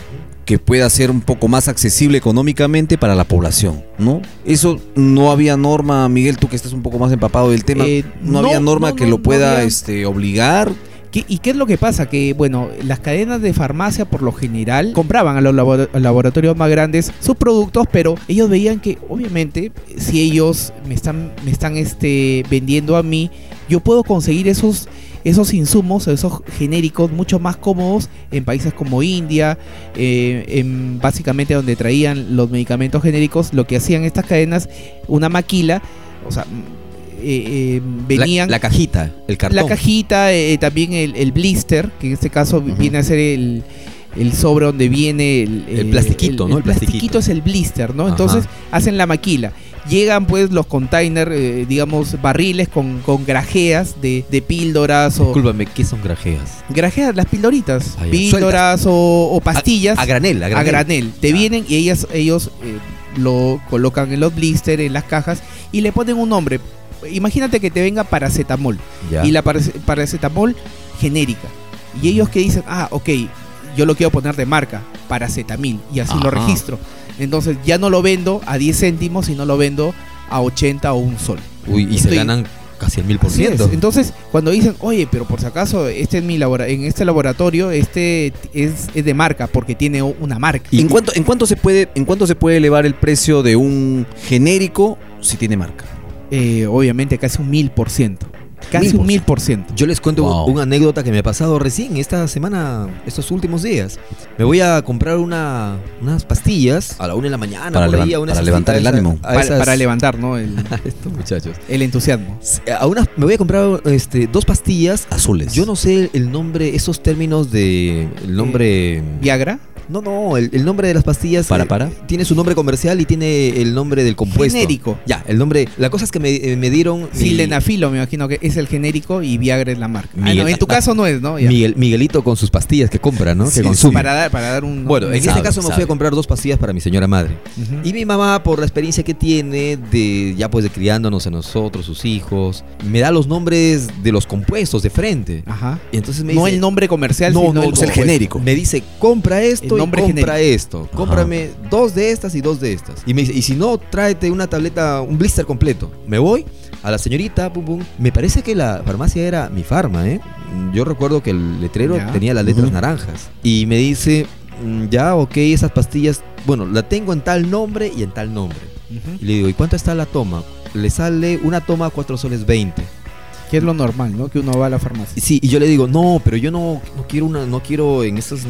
Speaker 2: que pueda ser un poco más accesible económicamente para la población, ¿no? Eso no había norma, Miguel, tú que estás un poco más empapado del tema,
Speaker 1: Eh,
Speaker 2: no,
Speaker 1: no,
Speaker 2: había norma
Speaker 1: no,
Speaker 2: que
Speaker 1: no,
Speaker 2: lo
Speaker 1: no
Speaker 2: pueda
Speaker 1: había.
Speaker 2: este, obligar.
Speaker 1: ¿Qué- ¿Y qué es lo que pasa? Que, bueno, las cadenas de farmacia por lo general compraban a los labo- a laboratorios más grandes sus productos, pero ellos veían que, obviamente, si ellos me están, me están este, vendiendo a mí, yo puedo conseguir esos, esos insumos, esos genéricos mucho más cómodos en países como India, eh, en básicamente donde traían los medicamentos genéricos, lo que hacían estas cadenas, una maquila, o sea, mm, eh, eh, venían...
Speaker 3: La, la cajita, el cartón.
Speaker 1: La cajita, eh, también el, el blister, que en este caso viene a ser el, el sobre donde viene el, eh,
Speaker 3: El plastiquito, ¿no?
Speaker 1: El,
Speaker 3: El
Speaker 1: plastiquito.
Speaker 3: plastiquito.
Speaker 1: es el blister, ¿no?
Speaker 3: Ajá.
Speaker 1: Entonces hacen la maquila. Llegan pues los containers, eh, digamos, barriles con, con grajeas de, de píldoras o...
Speaker 3: Discúlpame, ¿qué son grajeas?
Speaker 1: Grajeas, las pildoritas.
Speaker 3: Ah, ya.
Speaker 1: píldoras o, o pastillas
Speaker 3: A, a granel, a
Speaker 1: a
Speaker 3: granel.
Speaker 1: granel. Te
Speaker 3: Ah.
Speaker 1: vienen y ellas, ellos eh, lo colocan en los blisters, en las cajas y le ponen un nombre. Imagínate que te venga paracetamol
Speaker 3: Ya.
Speaker 1: y la parace- paracetamol genérica. Y ellos que dicen, ah, ok, yo lo quiero poner de marca, paracetamil, y así lo
Speaker 2: Ajá.
Speaker 1: registro. Entonces ya no lo vendo a 10 céntimos, sino lo vendo a 80 o un sol.
Speaker 3: Uy, y se
Speaker 1: Estoy-
Speaker 3: ganan casi el mil por
Speaker 1: Así es.
Speaker 3: ciento.
Speaker 1: Entonces, cuando dicen, oye, pero por si acaso, este es mi labora en este laboratorio, este t- es, es de marca, porque tiene o- una marca.
Speaker 2: ¿En cuánto, en, cuánto se puede, ¿En cuánto se puede elevar el precio de un genérico si tiene marca?
Speaker 1: Eh, obviamente casi un mil por ciento. Casi un mil por ciento.
Speaker 3: Yo les cuento
Speaker 2: Wow.
Speaker 3: una anécdota que me ha pasado recién esta semana, estos últimos días. Me voy a comprar una, unas pastillas a la una de la mañana,
Speaker 2: Para
Speaker 3: por ahí,
Speaker 2: levan-
Speaker 3: a una
Speaker 2: para
Speaker 3: cita,
Speaker 2: levantar
Speaker 3: a
Speaker 2: el
Speaker 3: esa-
Speaker 2: ánimo.
Speaker 3: a
Speaker 1: Para,
Speaker 3: esas-
Speaker 1: para levantar, ¿no? El,
Speaker 3: estos muchachos.
Speaker 1: el entusiasmo.
Speaker 3: A unas, me voy a comprar este, dos pastillas.
Speaker 2: Azules.
Speaker 3: Yo no sé el nombre, esos términos de. El
Speaker 1: Eh,
Speaker 3: nombre.
Speaker 1: Viagra.
Speaker 3: No, no, el, el nombre de las pastillas.
Speaker 2: Para,
Speaker 3: eh,
Speaker 2: para.
Speaker 3: Tiene su nombre comercial y tiene el nombre del compuesto.
Speaker 1: Genérico.
Speaker 3: Ya, el nombre. La cosa es que me, eh, me dieron. mi-
Speaker 1: Silenafilo, me imagino que es el genérico y Viagra es la marca. Ah,
Speaker 3: Miguel-
Speaker 1: no, en tu caso no es, ¿no? Ya.
Speaker 3: Miguel- Miguelito con sus pastillas que compra, ¿no?
Speaker 2: Sí,
Speaker 3: que consume.
Speaker 1: Para dar, para dar un.
Speaker 3: Bueno, en
Speaker 2: Sabe,
Speaker 3: este caso me fui
Speaker 2: sabe.
Speaker 3: a comprar dos pastillas para mi señora madre.
Speaker 1: Ujú.
Speaker 3: Y mi mamá, por la experiencia que tiene de ya pues de criándonos a nosotros, sus hijos, me da los nombres de los compuestos de frente.
Speaker 2: Ah.
Speaker 1: Ajá.
Speaker 3: Y entonces me
Speaker 1: No
Speaker 3: dice,
Speaker 1: el nombre comercial,
Speaker 3: no,
Speaker 1: sino
Speaker 3: no,
Speaker 1: pues, el,
Speaker 3: no, pues,
Speaker 2: es el
Speaker 1: compuesto.
Speaker 2: genérico.
Speaker 3: Me dice, compra esto
Speaker 1: El
Speaker 3: y
Speaker 1: nombre
Speaker 3: compra esto. Cómprame dos de estas y dos de estas. Y me dice, y si no, tráete una tableta, un blister completo. Me voy a la señorita, pum, pum. Me parece que la farmacia era mi farma, ¿eh? Yo recuerdo que el letrero
Speaker 1: Ya.
Speaker 3: tenía las letras
Speaker 2: Ujú.
Speaker 3: naranjas. Y me dice, "Mm, ya, ok, esas pastillas, bueno, la tengo en tal nombre y en tal nombre.
Speaker 1: Ujú.
Speaker 3: Y le digo, ¿y cuánto está la toma? Le sale una toma a 4 soles 20.
Speaker 1: Que es lo normal, ¿no? Que uno va a la farmacia.
Speaker 3: Sí, y yo le digo, no, pero yo no, no quiero una, no quiero en estos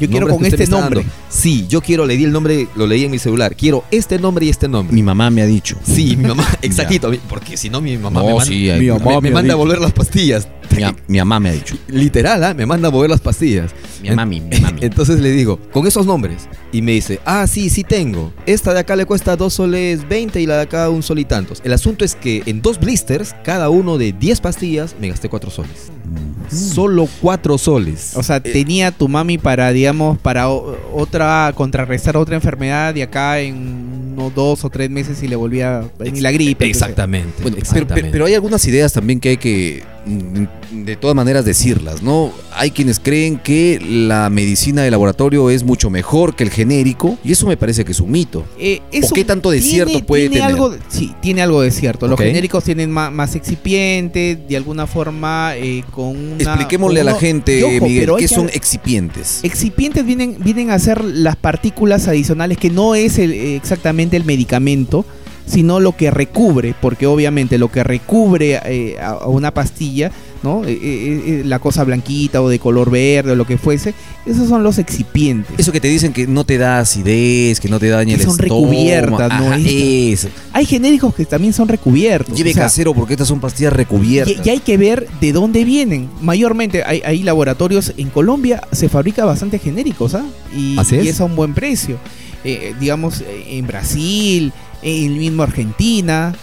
Speaker 1: Yo quiero
Speaker 3: nombres
Speaker 1: con
Speaker 3: que usted
Speaker 1: este
Speaker 3: me está
Speaker 1: nombre.
Speaker 3: dando. Sí, yo quiero, le di el nombre, lo leí en mi celular. Quiero este nombre y este nombre.
Speaker 2: Mi mamá me ha dicho.
Speaker 3: Sí, mi mamá, exactito, porque si no mi mamá
Speaker 2: No,
Speaker 3: me manda,
Speaker 2: sí, ahí-
Speaker 3: me-
Speaker 2: mi mamá
Speaker 3: me,
Speaker 2: me ha
Speaker 3: manda a
Speaker 2: dicho.
Speaker 3: volver las pastillas.
Speaker 2: Mi, mi mamá me ha dicho.
Speaker 3: Literal, ¿ah? me manda a volver las pastillas.
Speaker 2: Mi mami, mi mami.
Speaker 3: Entonces le digo, con esos nombres. Y me dice, ah, sí, sí tengo. Esta de acá le cuesta dos soles 20 y la de acá un sol y tantos. El asunto es que en dos blisters, cada uno de 10 pastillas, me gasté cuatro soles.
Speaker 2: eh, Mm.
Speaker 3: Solo cuatro soles.
Speaker 1: O sea, tenía tu mami para, digamos, para o- otra, contrarrestar otra enfermedad y acá en unos dos o tres meses y le volvía a venir la gripe.
Speaker 3: Exactamente.
Speaker 2: Bueno, pero,
Speaker 3: exactamente.
Speaker 2: pero- pero hay algunas ideas también que hay que, mm, de todas maneras, decirlas, ¿no? Hay quienes creen que la medicina de laboratorio es mucho mejor que el genérico, y eso me parece que es un mito.
Speaker 1: Eh,
Speaker 2: qué tanto de cierto puede tener?
Speaker 1: Algo, de- sí, tiene algo de cierto. Los
Speaker 3: Ok.
Speaker 1: genéricos tienen ma- más, excipiente, de alguna forma eh, con una...
Speaker 2: Expliquémosle a
Speaker 1: con
Speaker 2: la
Speaker 1: uno-
Speaker 2: gente,
Speaker 1: y ojo,
Speaker 2: Miguel,
Speaker 1: pero hay que
Speaker 2: que son
Speaker 1: hablar-
Speaker 2: excipientes.
Speaker 1: Excipientes vienen, vienen a ser las partículas adicionales que no es el- eh, exactamente el medicamento, sino lo que recubre, porque obviamente lo que recubre eh, a, a una pastilla, ¿no? Eh, eh, eh, la cosa blanquita o de color verde o lo que fuese, esos son los excipientes.
Speaker 2: Eso que te dicen que no te da acidez, que no te daña
Speaker 1: Que
Speaker 2: el
Speaker 1: son
Speaker 2: estómago.
Speaker 1: recubiertas, ¿no?
Speaker 2: Ajá, es.
Speaker 1: Hay genéricos que también son recubiertos.
Speaker 2: Lleve
Speaker 1: o sea,
Speaker 2: casero porque estas son pastillas
Speaker 1: Y,
Speaker 2: recubiertas.
Speaker 1: y hay que ver de dónde vienen. Mayormente hay, hay laboratorios en Colombia, se fabrica bastante genéricos, ¿ah? Y,
Speaker 3: Así
Speaker 1: y
Speaker 3: es.
Speaker 1: es a un buen precio. Eh, digamos, eh, en Brasil, en el mismo Argentina.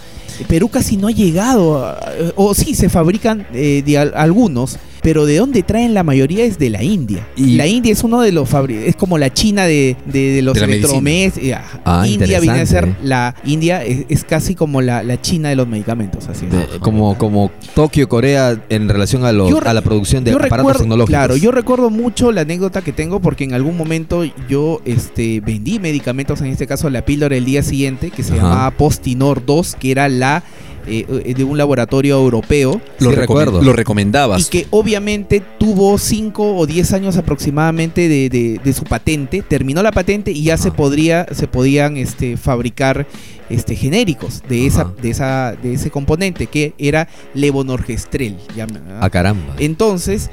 Speaker 1: Perú casi no ha llegado, a- o sí, se fabrican eh, de al- algunos, pero de dónde traen la mayoría es de la India.
Speaker 3: Y-
Speaker 1: la India es uno de los fabricantes, es como la China de, de- de los
Speaker 2: De la medicina.
Speaker 1: electrodomésticos.
Speaker 3: Ah,
Speaker 1: India viene a ser,
Speaker 3: interesante.
Speaker 1: la India es, es casi como la, la China de los medicamentos, así es.
Speaker 3: De- como, como Tokio, Corea, en relación a, los-
Speaker 1: Yo re-
Speaker 3: a la producción de
Speaker 1: yo
Speaker 3: aparatos
Speaker 1: recuerdo-
Speaker 3: tecnológicos.
Speaker 1: Claro, yo recuerdo mucho la anécdota que tengo porque en algún momento yo este, vendí medicamentos, en este caso la píldora el día siguiente, que se
Speaker 3: Ajá.
Speaker 1: llamaba Postinor 2, que era la eh, eh, de un laboratorio europeo
Speaker 3: Lo recuerdo.
Speaker 2: Lo recomendabas.
Speaker 1: y que obviamente tuvo 5 o 10 años aproximadamente de, de- de su patente, terminó la patente y ya se
Speaker 3: Ajá.
Speaker 1: podría se podían este, fabricar este, genéricos de esa,
Speaker 3: Ajá.
Speaker 1: de esa de ese componente que era levonorgestrel. ya me-
Speaker 3: Ah, caramba.
Speaker 1: entonces,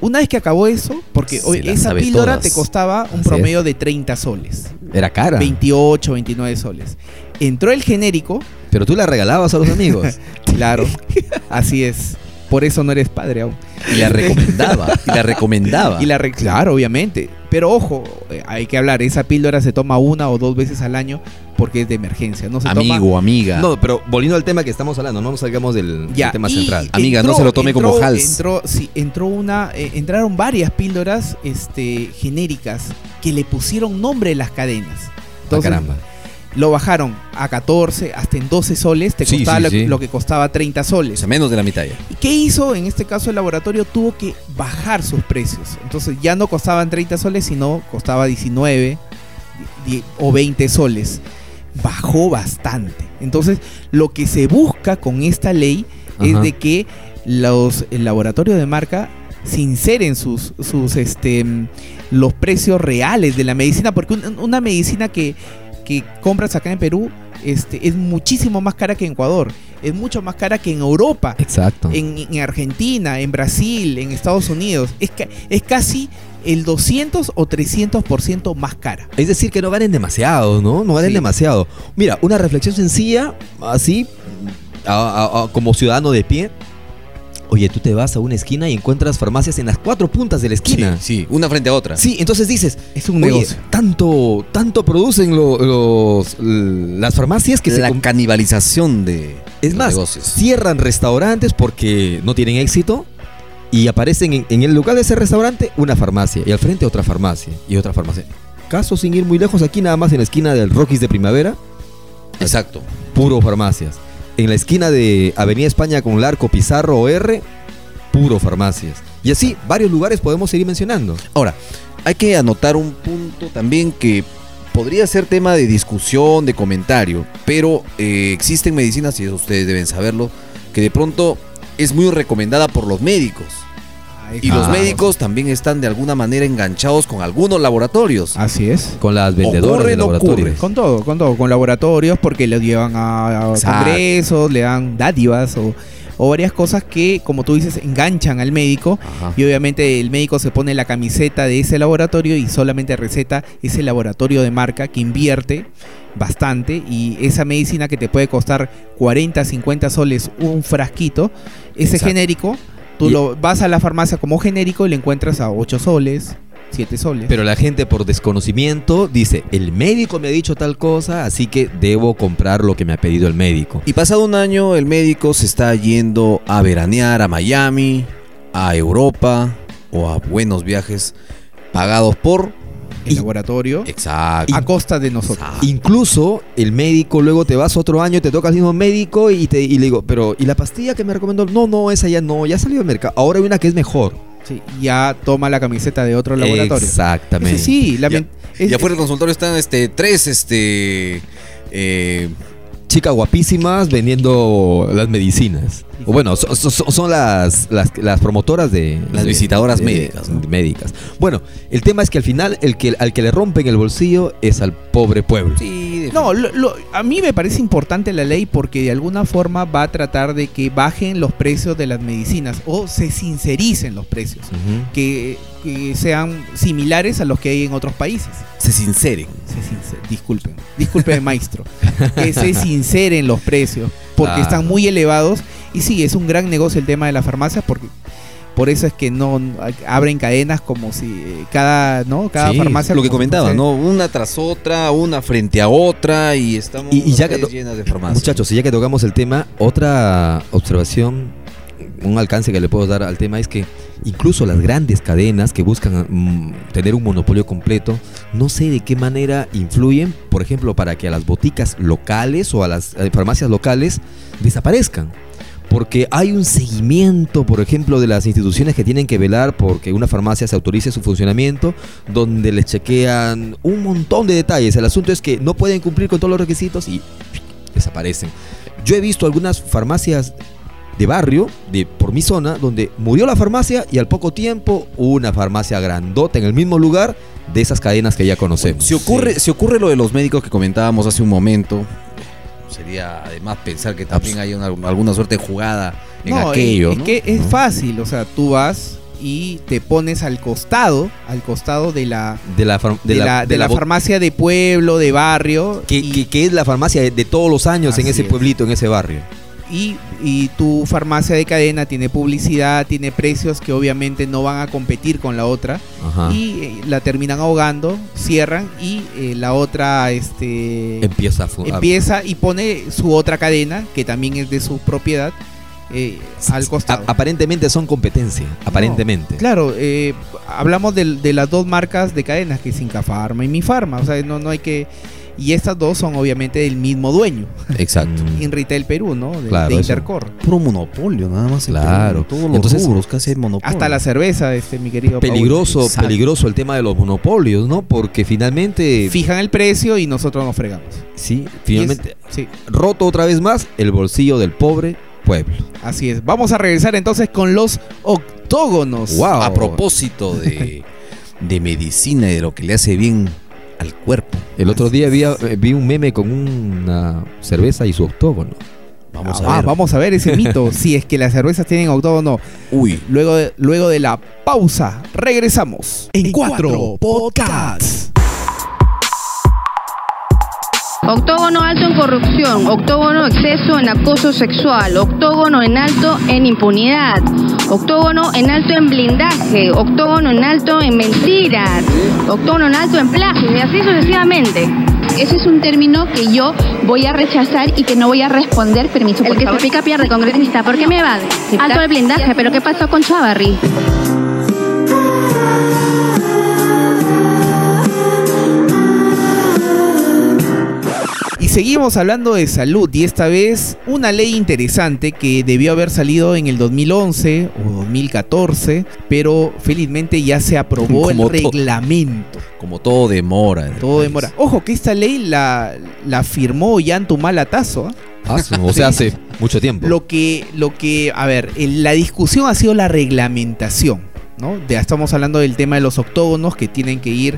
Speaker 1: una vez que acabó eso, porque
Speaker 3: Se
Speaker 1: oye,
Speaker 3: la
Speaker 1: esa
Speaker 3: sabe
Speaker 1: píldora
Speaker 3: todas.
Speaker 1: te costaba un
Speaker 3: Así
Speaker 1: promedio de 30 soles,
Speaker 3: Era cara.
Speaker 1: 28, 29 soles. Entró el genérico,
Speaker 3: Pero tú la regalabas a los amigos.
Speaker 1: claro, así es. Por eso no eres padre aún.
Speaker 2: Y la recomendaba. y la recomendaba.
Speaker 1: Y la re- claro, obviamente. Pero ojo, eh, hay que hablar, esa píldora se toma una o dos veces al año porque es de emergencia, no se toma
Speaker 2: Amigo, amiga.
Speaker 3: no, pero volviendo al tema que estamos hablando, no nos salgamos del, del tema
Speaker 1: y
Speaker 3: central.
Speaker 2: Amiga, no se lo tome como
Speaker 1: entró-
Speaker 2: Hals.
Speaker 1: Entró, sí, entró una, eh, entraron varias píldoras este, genéricas que le pusieron nombre a las cadenas.
Speaker 3: Ah,
Speaker 1: Entonces,
Speaker 3: caramba.
Speaker 1: lo bajaron a 14, hasta en 12 soles, te
Speaker 3: Sí,
Speaker 1: costaba
Speaker 3: sí,
Speaker 1: lo,
Speaker 3: sí.
Speaker 1: lo que costaba 30
Speaker 2: O
Speaker 1: soles.
Speaker 2: sea, menos de la mitad ya.
Speaker 1: ¿Y qué hizo? En este caso el laboratorio tuvo que bajar sus precios. Entonces ya no costaban 30 soles, sino costaba 19 die- o 20 soles. Bajó bastante. Entonces lo que se busca con esta ley es
Speaker 3: Ajá.
Speaker 1: de que los laboratorios de marca sinceren sus, sus este, mm, los precios reales de la medicina, porque un- una medicina que, que compras acá en Perú este, es muchísimo más cara que en Ecuador. es mucho más cara que en Europa,
Speaker 2: Exacto.
Speaker 1: en, en Argentina, en Brasil, en Estados Unidos. Es, ca- es casi el 200 o 300% más cara.
Speaker 3: Es decir, que no ganen demasiado, ¿no? No ganen
Speaker 1: Sí.
Speaker 3: demasiado. Mira, una reflexión sencilla, así, a- a- a- como ciudadano de pie. Oye, tú te vas a una esquina y encuentras farmacias en las cuatro puntas de la
Speaker 2: Sí,
Speaker 3: esquina. Sí,
Speaker 2: sí, una frente a otra.
Speaker 3: entonces dices,
Speaker 1: Es un
Speaker 3: oye,
Speaker 1: negocio.
Speaker 3: tanto, tanto producen lo- los, las farmacias que
Speaker 2: que
Speaker 3: se
Speaker 2: la
Speaker 3: com-
Speaker 2: canibalización de
Speaker 3: Es
Speaker 2: los
Speaker 3: más,
Speaker 2: negocios.
Speaker 3: cierran restaurantes porque no tienen éxito y aparecen en, en el lugar de ese restaurante una farmacia y al frente otra farmacia y otra farmacia. Caso sin ir muy lejos, aquí nada más en la esquina del Rockies de Primavera,
Speaker 2: Exacto.
Speaker 3: puro farmacias. En la esquina de Avenida España con Larco, Pizarro o R, puro farmacias. Y así varios lugares podemos seguir mencionando.
Speaker 2: Ahora, hay que anotar un punto también que podría ser tema de discusión, de comentario, pero eh, existen medicinas, y eso ustedes deben saberlo, que de pronto es muy recomendada por los médicos. Y los
Speaker 3: Ah.
Speaker 2: médicos también están de alguna manera enganchados con algunos laboratorios.
Speaker 3: Ah,
Speaker 1: Así es.
Speaker 3: Con las vendedoras
Speaker 2: Ocurre,
Speaker 3: de
Speaker 2: no
Speaker 3: laboratorios.
Speaker 1: Con todo, con todo, con laboratorios, porque los llevan a, a
Speaker 2: Exacto.
Speaker 1: congresos, le dan dádivas o, o varias cosas que, como tú dices, enganchan al médico.
Speaker 2: Ajá.
Speaker 1: Y obviamente el médico se pone la camiseta de ese laboratorio y solamente receta ese laboratorio de marca que invierte bastante y esa medicina que te puede costar 40, 50 soles un frasquito, ese
Speaker 2: Exacto.
Speaker 1: genérico, tú
Speaker 2: Y-
Speaker 1: lo vas a la farmacia como genérico y lo encuentras a 8 soles, 7 soles.
Speaker 3: Pero la gente por desconocimiento dice, el médico me ha dicho tal cosa, así que debo comprar lo que me ha pedido el médico.
Speaker 2: Y pasado un año, el médico se está yendo a veranear a Miami, a Europa o a buenos viajes pagados por...
Speaker 1: el
Speaker 3: y-
Speaker 1: laboratorio
Speaker 2: eh, Exacto.
Speaker 1: a costa de nosotros.
Speaker 3: Incluso el médico, luego te vas otro año, te toca el mismo médico y, te, y le digo, pero ¿y la pastilla que me recomendó? No, no, esa ya no, ya salió del mercado. Ahora hay una que es mejor.
Speaker 1: Sí, ya toma la camiseta de otro laboratorio.
Speaker 3: Exactamente.
Speaker 1: Ese sí, lament- es-
Speaker 2: Y afuera del consultorio están este, tres este, eh,
Speaker 3: Chicas guapísimas vendiendo las medicinas. O bueno, so- so- so- son las, las, las promotoras de...
Speaker 2: Las
Speaker 3: de-
Speaker 2: visitadoras
Speaker 3: de-
Speaker 2: médicas, ¿no?
Speaker 3: de médicas. Bueno, el tema es que al final el que, al que le rompen el bolsillo es al pobre pueblo.
Speaker 1: No, lo- lo- a mí me parece importante la ley porque de alguna forma va a tratar de que bajen los precios de las medicinas o se sincericen los precios,
Speaker 3: Ujú.
Speaker 1: que, que sean similares a los que hay en otros países.
Speaker 2: se sinceren.
Speaker 1: Se sincer- disculpen, disculpen maestro, que se sinceren los precios porque
Speaker 3: Claro.
Speaker 1: están muy elevados y sí, es un gran negocio el tema de las farmacias porque... Por eso es que no abren cadenas como si eh, cada, ¿no? cada
Speaker 2: Sí,
Speaker 1: farmacia.
Speaker 2: Lo que
Speaker 1: como si
Speaker 2: comentaba,
Speaker 1: fuese-
Speaker 2: ¿no? Una tras otra, una frente a otra y estamos
Speaker 3: Y- y ya que
Speaker 2: ustedes
Speaker 3: to-
Speaker 2: llenas de farmacia.
Speaker 3: Muchachos, y ya que tocamos el tema, otra observación, un alcance que le puedo dar al tema es que incluso las grandes cadenas que buscan mm, tener un monopolio completo, no sé de qué manera influyen, por ejemplo, para que a las boticas locales o a las eh, farmacias locales desaparezcan. Porque hay un seguimiento, por ejemplo, de las instituciones que tienen que velar porque una farmacia se autorice su funcionamiento, donde les chequean un montón de detalles. El asunto es que no pueden cumplir con todos los requisitos y desaparecen. Yo he visto algunas farmacias de barrio, de por mi zona, donde murió la farmacia y al poco tiempo una farmacia grandota en el mismo lugar de esas cadenas que ya conocemos.
Speaker 2: Si ocurre, si ocurre lo de los médicos que comentábamos hace un momento, sería además pensar que también hay una- alguna suerte de jugada en
Speaker 1: No,
Speaker 2: aquello.
Speaker 1: es, es
Speaker 2: ¿no?
Speaker 1: que es fácil, o sea, tú vas y te pones al costado, al costado de la
Speaker 3: de la, far-
Speaker 1: de, la, de la
Speaker 3: bo-
Speaker 1: farmacia de pueblo, de barrio
Speaker 3: que,
Speaker 1: y,
Speaker 3: que- que es la farmacia de, de todos los años en
Speaker 1: Así
Speaker 3: ese
Speaker 1: es.
Speaker 3: pueblito, en ese barrio.
Speaker 1: y- y tu farmacia de cadena tiene publicidad, tiene precios que obviamente no van a competir con la otra
Speaker 3: Ajá.
Speaker 1: y eh, la terminan ahogando, cierran y eh, la otra este
Speaker 3: empieza a, fu- a-
Speaker 1: empieza y pone su otra cadena que también es de su propiedad eh, al costado.
Speaker 3: a- aparentemente son competencia, aparentemente.
Speaker 1: Claro, eh, hablamos del- de, las dos marcas de cadenas, que es Inca Farma y Mi Farma. O sea, no, no hay que. Y estas dos son obviamente del mismo dueño,
Speaker 2: Exacto.
Speaker 3: Mm.
Speaker 1: en Retail Perú, ¿no? De,
Speaker 3: Claro,
Speaker 1: de
Speaker 3: eso.
Speaker 1: Intercor.
Speaker 2: Puro monopolio, nada más. en
Speaker 3: Claro.
Speaker 2: Perú, Todos los
Speaker 3: Entonces-
Speaker 2: rubros casi hay monopolio.
Speaker 1: Hasta la cerveza, este, mi querido. Paul.
Speaker 3: Peligroso,
Speaker 2: Exacto.
Speaker 3: peligroso el tema de los monopolios, ¿no? Porque finalmente,
Speaker 1: Fijan el precio y nosotros nos fregamos.
Speaker 3: sí, finalmente
Speaker 1: Y es- sí,
Speaker 3: roto otra vez más el bolsillo del pobre pueblo.
Speaker 1: así es. Vamos a regresar entonces con los octógonos.
Speaker 3: Guau.
Speaker 2: A propósito de, de medicina y de lo que le hace bien al cuerpo.
Speaker 3: El otro día vi, a- eh, vi un meme con una cerveza y su octógono.
Speaker 2: Vamos a
Speaker 1: Ah,
Speaker 2: ver.
Speaker 1: vamos a ver ese mito, si es que las cervezas tienen octavo o no.
Speaker 2: Uy.
Speaker 1: Luego de, luego de la pausa, regresamos.
Speaker 4: En cuatro podcasts.
Speaker 9: Octógono alto en corrupción, octógono exceso en acoso sexual, octógono en alto en impunidad, octógono en alto en blindaje, octógono en alto en mentiras, octógono en alto en plagios y así sucesivamente.
Speaker 10: Ese es un término que yo voy a rechazar y que no voy a responder. Permiso,
Speaker 9: El
Speaker 10: por
Speaker 9: que se
Speaker 10: favor.
Speaker 9: pica pierde, congresista, ¿por qué me evade? Alto el blindaje, pero ¿qué pasó con Chavarri?
Speaker 1: Y seguimos hablando de salud y esta vez una ley interesante que debió haber salido en el 2011 o 2014, pero felizmente ya se aprobó el
Speaker 2: Como to-
Speaker 1: reglamento.
Speaker 2: Como todo demora. en el
Speaker 1: Todo
Speaker 2: país.
Speaker 1: demora. Ojo que esta ley la, la firmó Yantumala Tazo. ¿ah?
Speaker 3: Ah, su- o sea, hace mucho tiempo.
Speaker 1: Lo que, lo que, a ver, el- la discusión ha sido la reglamentación, ¿no? Ya estamos hablando del tema de los octógonos que tienen que ir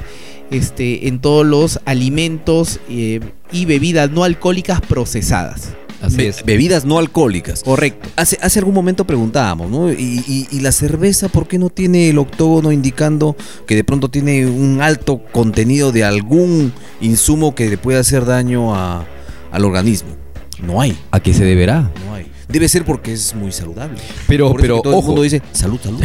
Speaker 1: este, en todos los alimentos eh, y bebidas no alcohólicas procesadas.
Speaker 3: Así
Speaker 2: Be-
Speaker 3: es.
Speaker 2: Bebidas no alcohólicas.
Speaker 1: Correcto.
Speaker 2: Hace, hace algún momento preguntábamos, ¿no? Y, y- y la cerveza por qué no tiene el octógono indicando que de pronto tiene un alto contenido de algún insumo que le puede hacer daño a- al organismo? No hay,
Speaker 3: ¿A qué se deberá?
Speaker 2: no hay. Debe ser porque es muy saludable.
Speaker 3: Pero,
Speaker 2: Por eso
Speaker 3: pero,
Speaker 2: que todo
Speaker 3: ojo.
Speaker 2: el mundo dice salud, salud.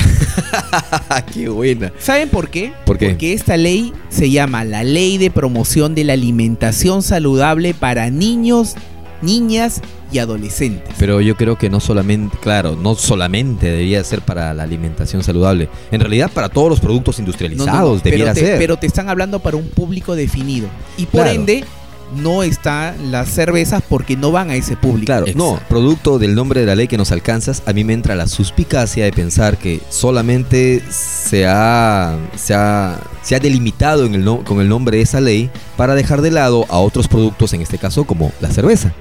Speaker 3: qué buena.
Speaker 1: ¿Saben por qué?
Speaker 3: ¿Por qué?
Speaker 1: Porque esta ley se llama la Ley de Promoción de la Alimentación Saludable para Niños, Niñas y Adolescentes.
Speaker 3: Pero yo creo que no solamente, claro, no solamente debería ser para la alimentación saludable. En realidad, para todos los productos
Speaker 1: No, no,
Speaker 3: industrializados
Speaker 1: no,
Speaker 3: debiera
Speaker 1: pero te,
Speaker 3: ser.
Speaker 1: pero te están hablando para un público definido. Y por
Speaker 3: Claro.
Speaker 1: ende, no están las cervezas porque no van a ese público.
Speaker 3: Claro, no, producto del nombre de la ley que nos alcanzas, a mí me entra la suspicacia de pensar que solamente se ha, se ha, se ha delimitado en el no- con el nombre de esa ley para dejar de lado a otros productos, en este caso como la cerveza.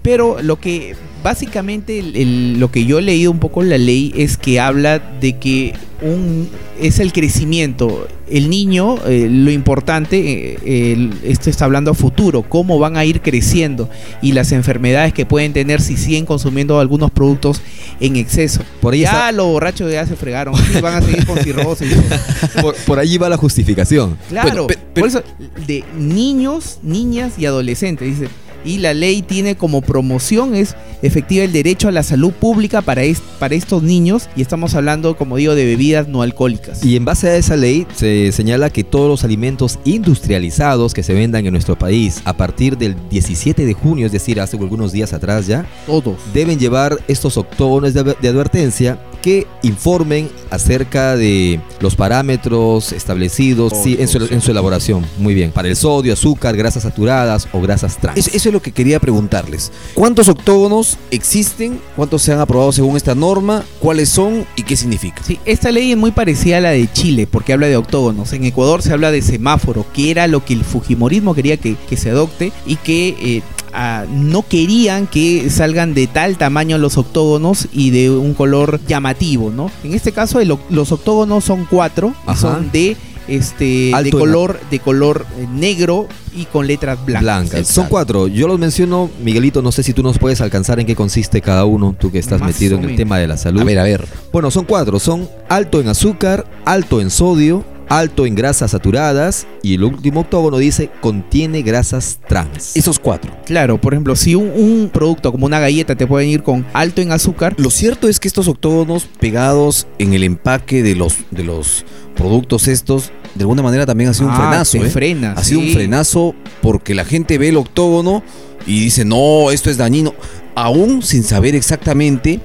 Speaker 1: Pero lo que básicamente el- el- lo que yo he leído un poco en la ley es que habla de que un es el crecimiento. El niño, eh, lo importante, eh, el- esto está hablando a futuro, cómo van a ir creciendo y las enfermedades que pueden tener si siguen consumiendo algunos productos en exceso.
Speaker 3: Por ahí,
Speaker 1: Ya
Speaker 3: está-
Speaker 1: los borrachos ya se fregaron y van a seguir con cirrosis. y todo.
Speaker 3: por, por allí va la justificación.
Speaker 1: Claro,
Speaker 2: Bueno, pe-
Speaker 1: por eso de niños, niñas y adolescentes, dice. Y la ley tiene como promoción es efectiva el derecho a la salud pública para, es- para estos niños y estamos hablando, como digo, de bebidas no alcohólicas.
Speaker 3: Y en base a esa ley se señala que todos los alimentos industrializados que se vendan en nuestro país a partir del 17 de junio, es decir, hace algunos días atrás ya,
Speaker 1: todos.
Speaker 3: deben llevar estos octógonos de, adver- de advertencia que informen acerca de los parámetros establecidos sí, en, su, en su elaboración. Muy bien. Para el sodio, azúcar, grasas saturadas o grasas trans.
Speaker 2: Eso, eso es lo que quería preguntarles. ¿Cuántos octógonos existen? ¿Cuántos se han aprobado según esta norma? ¿Cuáles son y qué significa?
Speaker 1: Sí, esta ley es muy parecida a la de Chile porque habla de octógonos. En Ecuador se habla de semáforo, que era lo que el Fujimorismo quería que, que se adopte y que eh, ah, no querían que salgan de tal tamaño los octógonos y de un color llamativo, ¿no? En este caso el oc- los octógonos son cuatro, y
Speaker 3: Ajá.
Speaker 1: son de este de
Speaker 3: Alto en-
Speaker 1: color de color eh, negro y con letras blancas.
Speaker 3: blancas. Son
Speaker 1: Exacto.
Speaker 3: cuatro. Yo los menciono, Miguelito, no sé si tú nos puedes alcanzar en qué consiste cada uno, tú que estás
Speaker 1: Más
Speaker 3: metido
Speaker 1: o
Speaker 3: en el
Speaker 1: menos.
Speaker 3: tema de la salud.
Speaker 2: A ver, a ver.
Speaker 3: Bueno, son cuatro. Son alto en azúcar, alto en sodio, alto en grasas saturadas y el último octógono dice contiene grasas trans.
Speaker 2: Esos cuatro.
Speaker 1: Claro, por ejemplo, si un, un producto como una galleta te pueden ir con alto en azúcar,
Speaker 2: Lo cierto es que estos octógonos pegados en el empaque de los, de los productos estos, de alguna manera también ha sido un
Speaker 1: ah,
Speaker 2: frenazo.
Speaker 1: te
Speaker 2: ¿eh?
Speaker 1: frena,
Speaker 2: Ha sido un
Speaker 1: sí.
Speaker 2: frenazo porque la gente ve el octógono y dice, no, esto es dañino, aún sin saber exactamente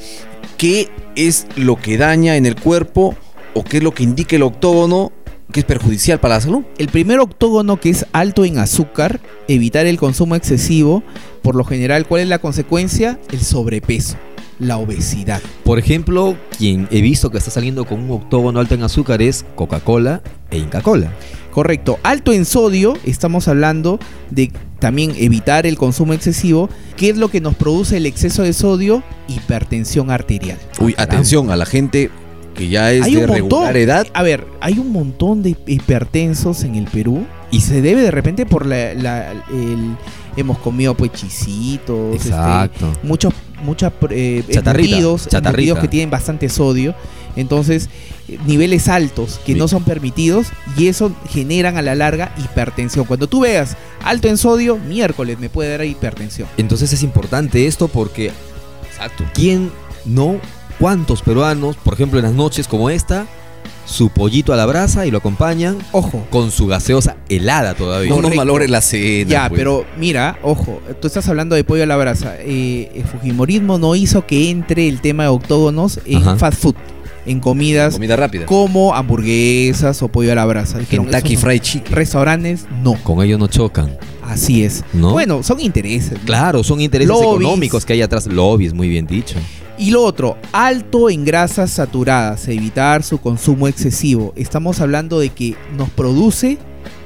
Speaker 2: qué es lo que daña en el cuerpo o qué es lo que indica el octógono que es perjudicial para la salud.
Speaker 1: El primer octógono que es alto en azúcar, evitar el consumo excesivo, por lo general, ¿cuál es la consecuencia? El sobrepeso, la obesidad.
Speaker 3: Por ejemplo, quien he visto que está saliendo con un octógono alto en azúcar es Coca-Cola e Inca-Cola.
Speaker 1: Correcto, alto en sodio, estamos hablando de también evitar el consumo excesivo. ¿Qué es lo que nos produce el exceso de sodio? Hipertensión arterial.
Speaker 2: Uy, atención a la gente que ya es
Speaker 1: Hay
Speaker 2: de
Speaker 1: un montón.
Speaker 2: regular edad.
Speaker 1: A ver, hay un montón de hipertensos en el Perú y se debe de repente por la, la- el- hemos comido pues chisitos, este, muchos mucha eh,
Speaker 2: Chatarrita,
Speaker 1: embutidos,
Speaker 2: chatarrita.
Speaker 1: embutidos que tienen bastante sodio. Entonces, eh, niveles altos que no son permitidos y eso generan a la larga hipertensión. Cuando tú veas alto en sodio, miércoles me puede dar hipertensión.
Speaker 3: Entonces es importante esto porque, exacto, ¿quién no? ¿Cuántos peruanos, por ejemplo, en las noches como esta, su pollito a la brasa y lo acompañan,
Speaker 1: ojo,
Speaker 3: con su gaseosa helada todavía?
Speaker 2: No nos
Speaker 1: Correcto.
Speaker 2: valore la cena.
Speaker 1: Ya,
Speaker 2: pues.
Speaker 1: pero mira, ojo, tú estás hablando de pollo a la brasa. Eh, el Fujimorismo no hizo que entre el tema de octógonos en
Speaker 2: Ajá.
Speaker 1: fast food, en comidas
Speaker 2: Comida rápida.
Speaker 1: como hamburguesas o pollo a la brasa. Dijeron,
Speaker 2: Kentucky
Speaker 1: "Eso no".
Speaker 2: Fried Chicken.
Speaker 1: Restaurantes, no.
Speaker 3: Con ellos no chocan,
Speaker 1: Así es.
Speaker 3: ¿no?
Speaker 1: Bueno, son intereses. ¿no?
Speaker 3: Claro, son intereses
Speaker 1: Lobbies.
Speaker 3: económicos que hay atrás. Lobbies, muy bien dicho.
Speaker 1: Y lo otro, alto en grasas saturadas, evitar su consumo excesivo. Estamos hablando de que nos produce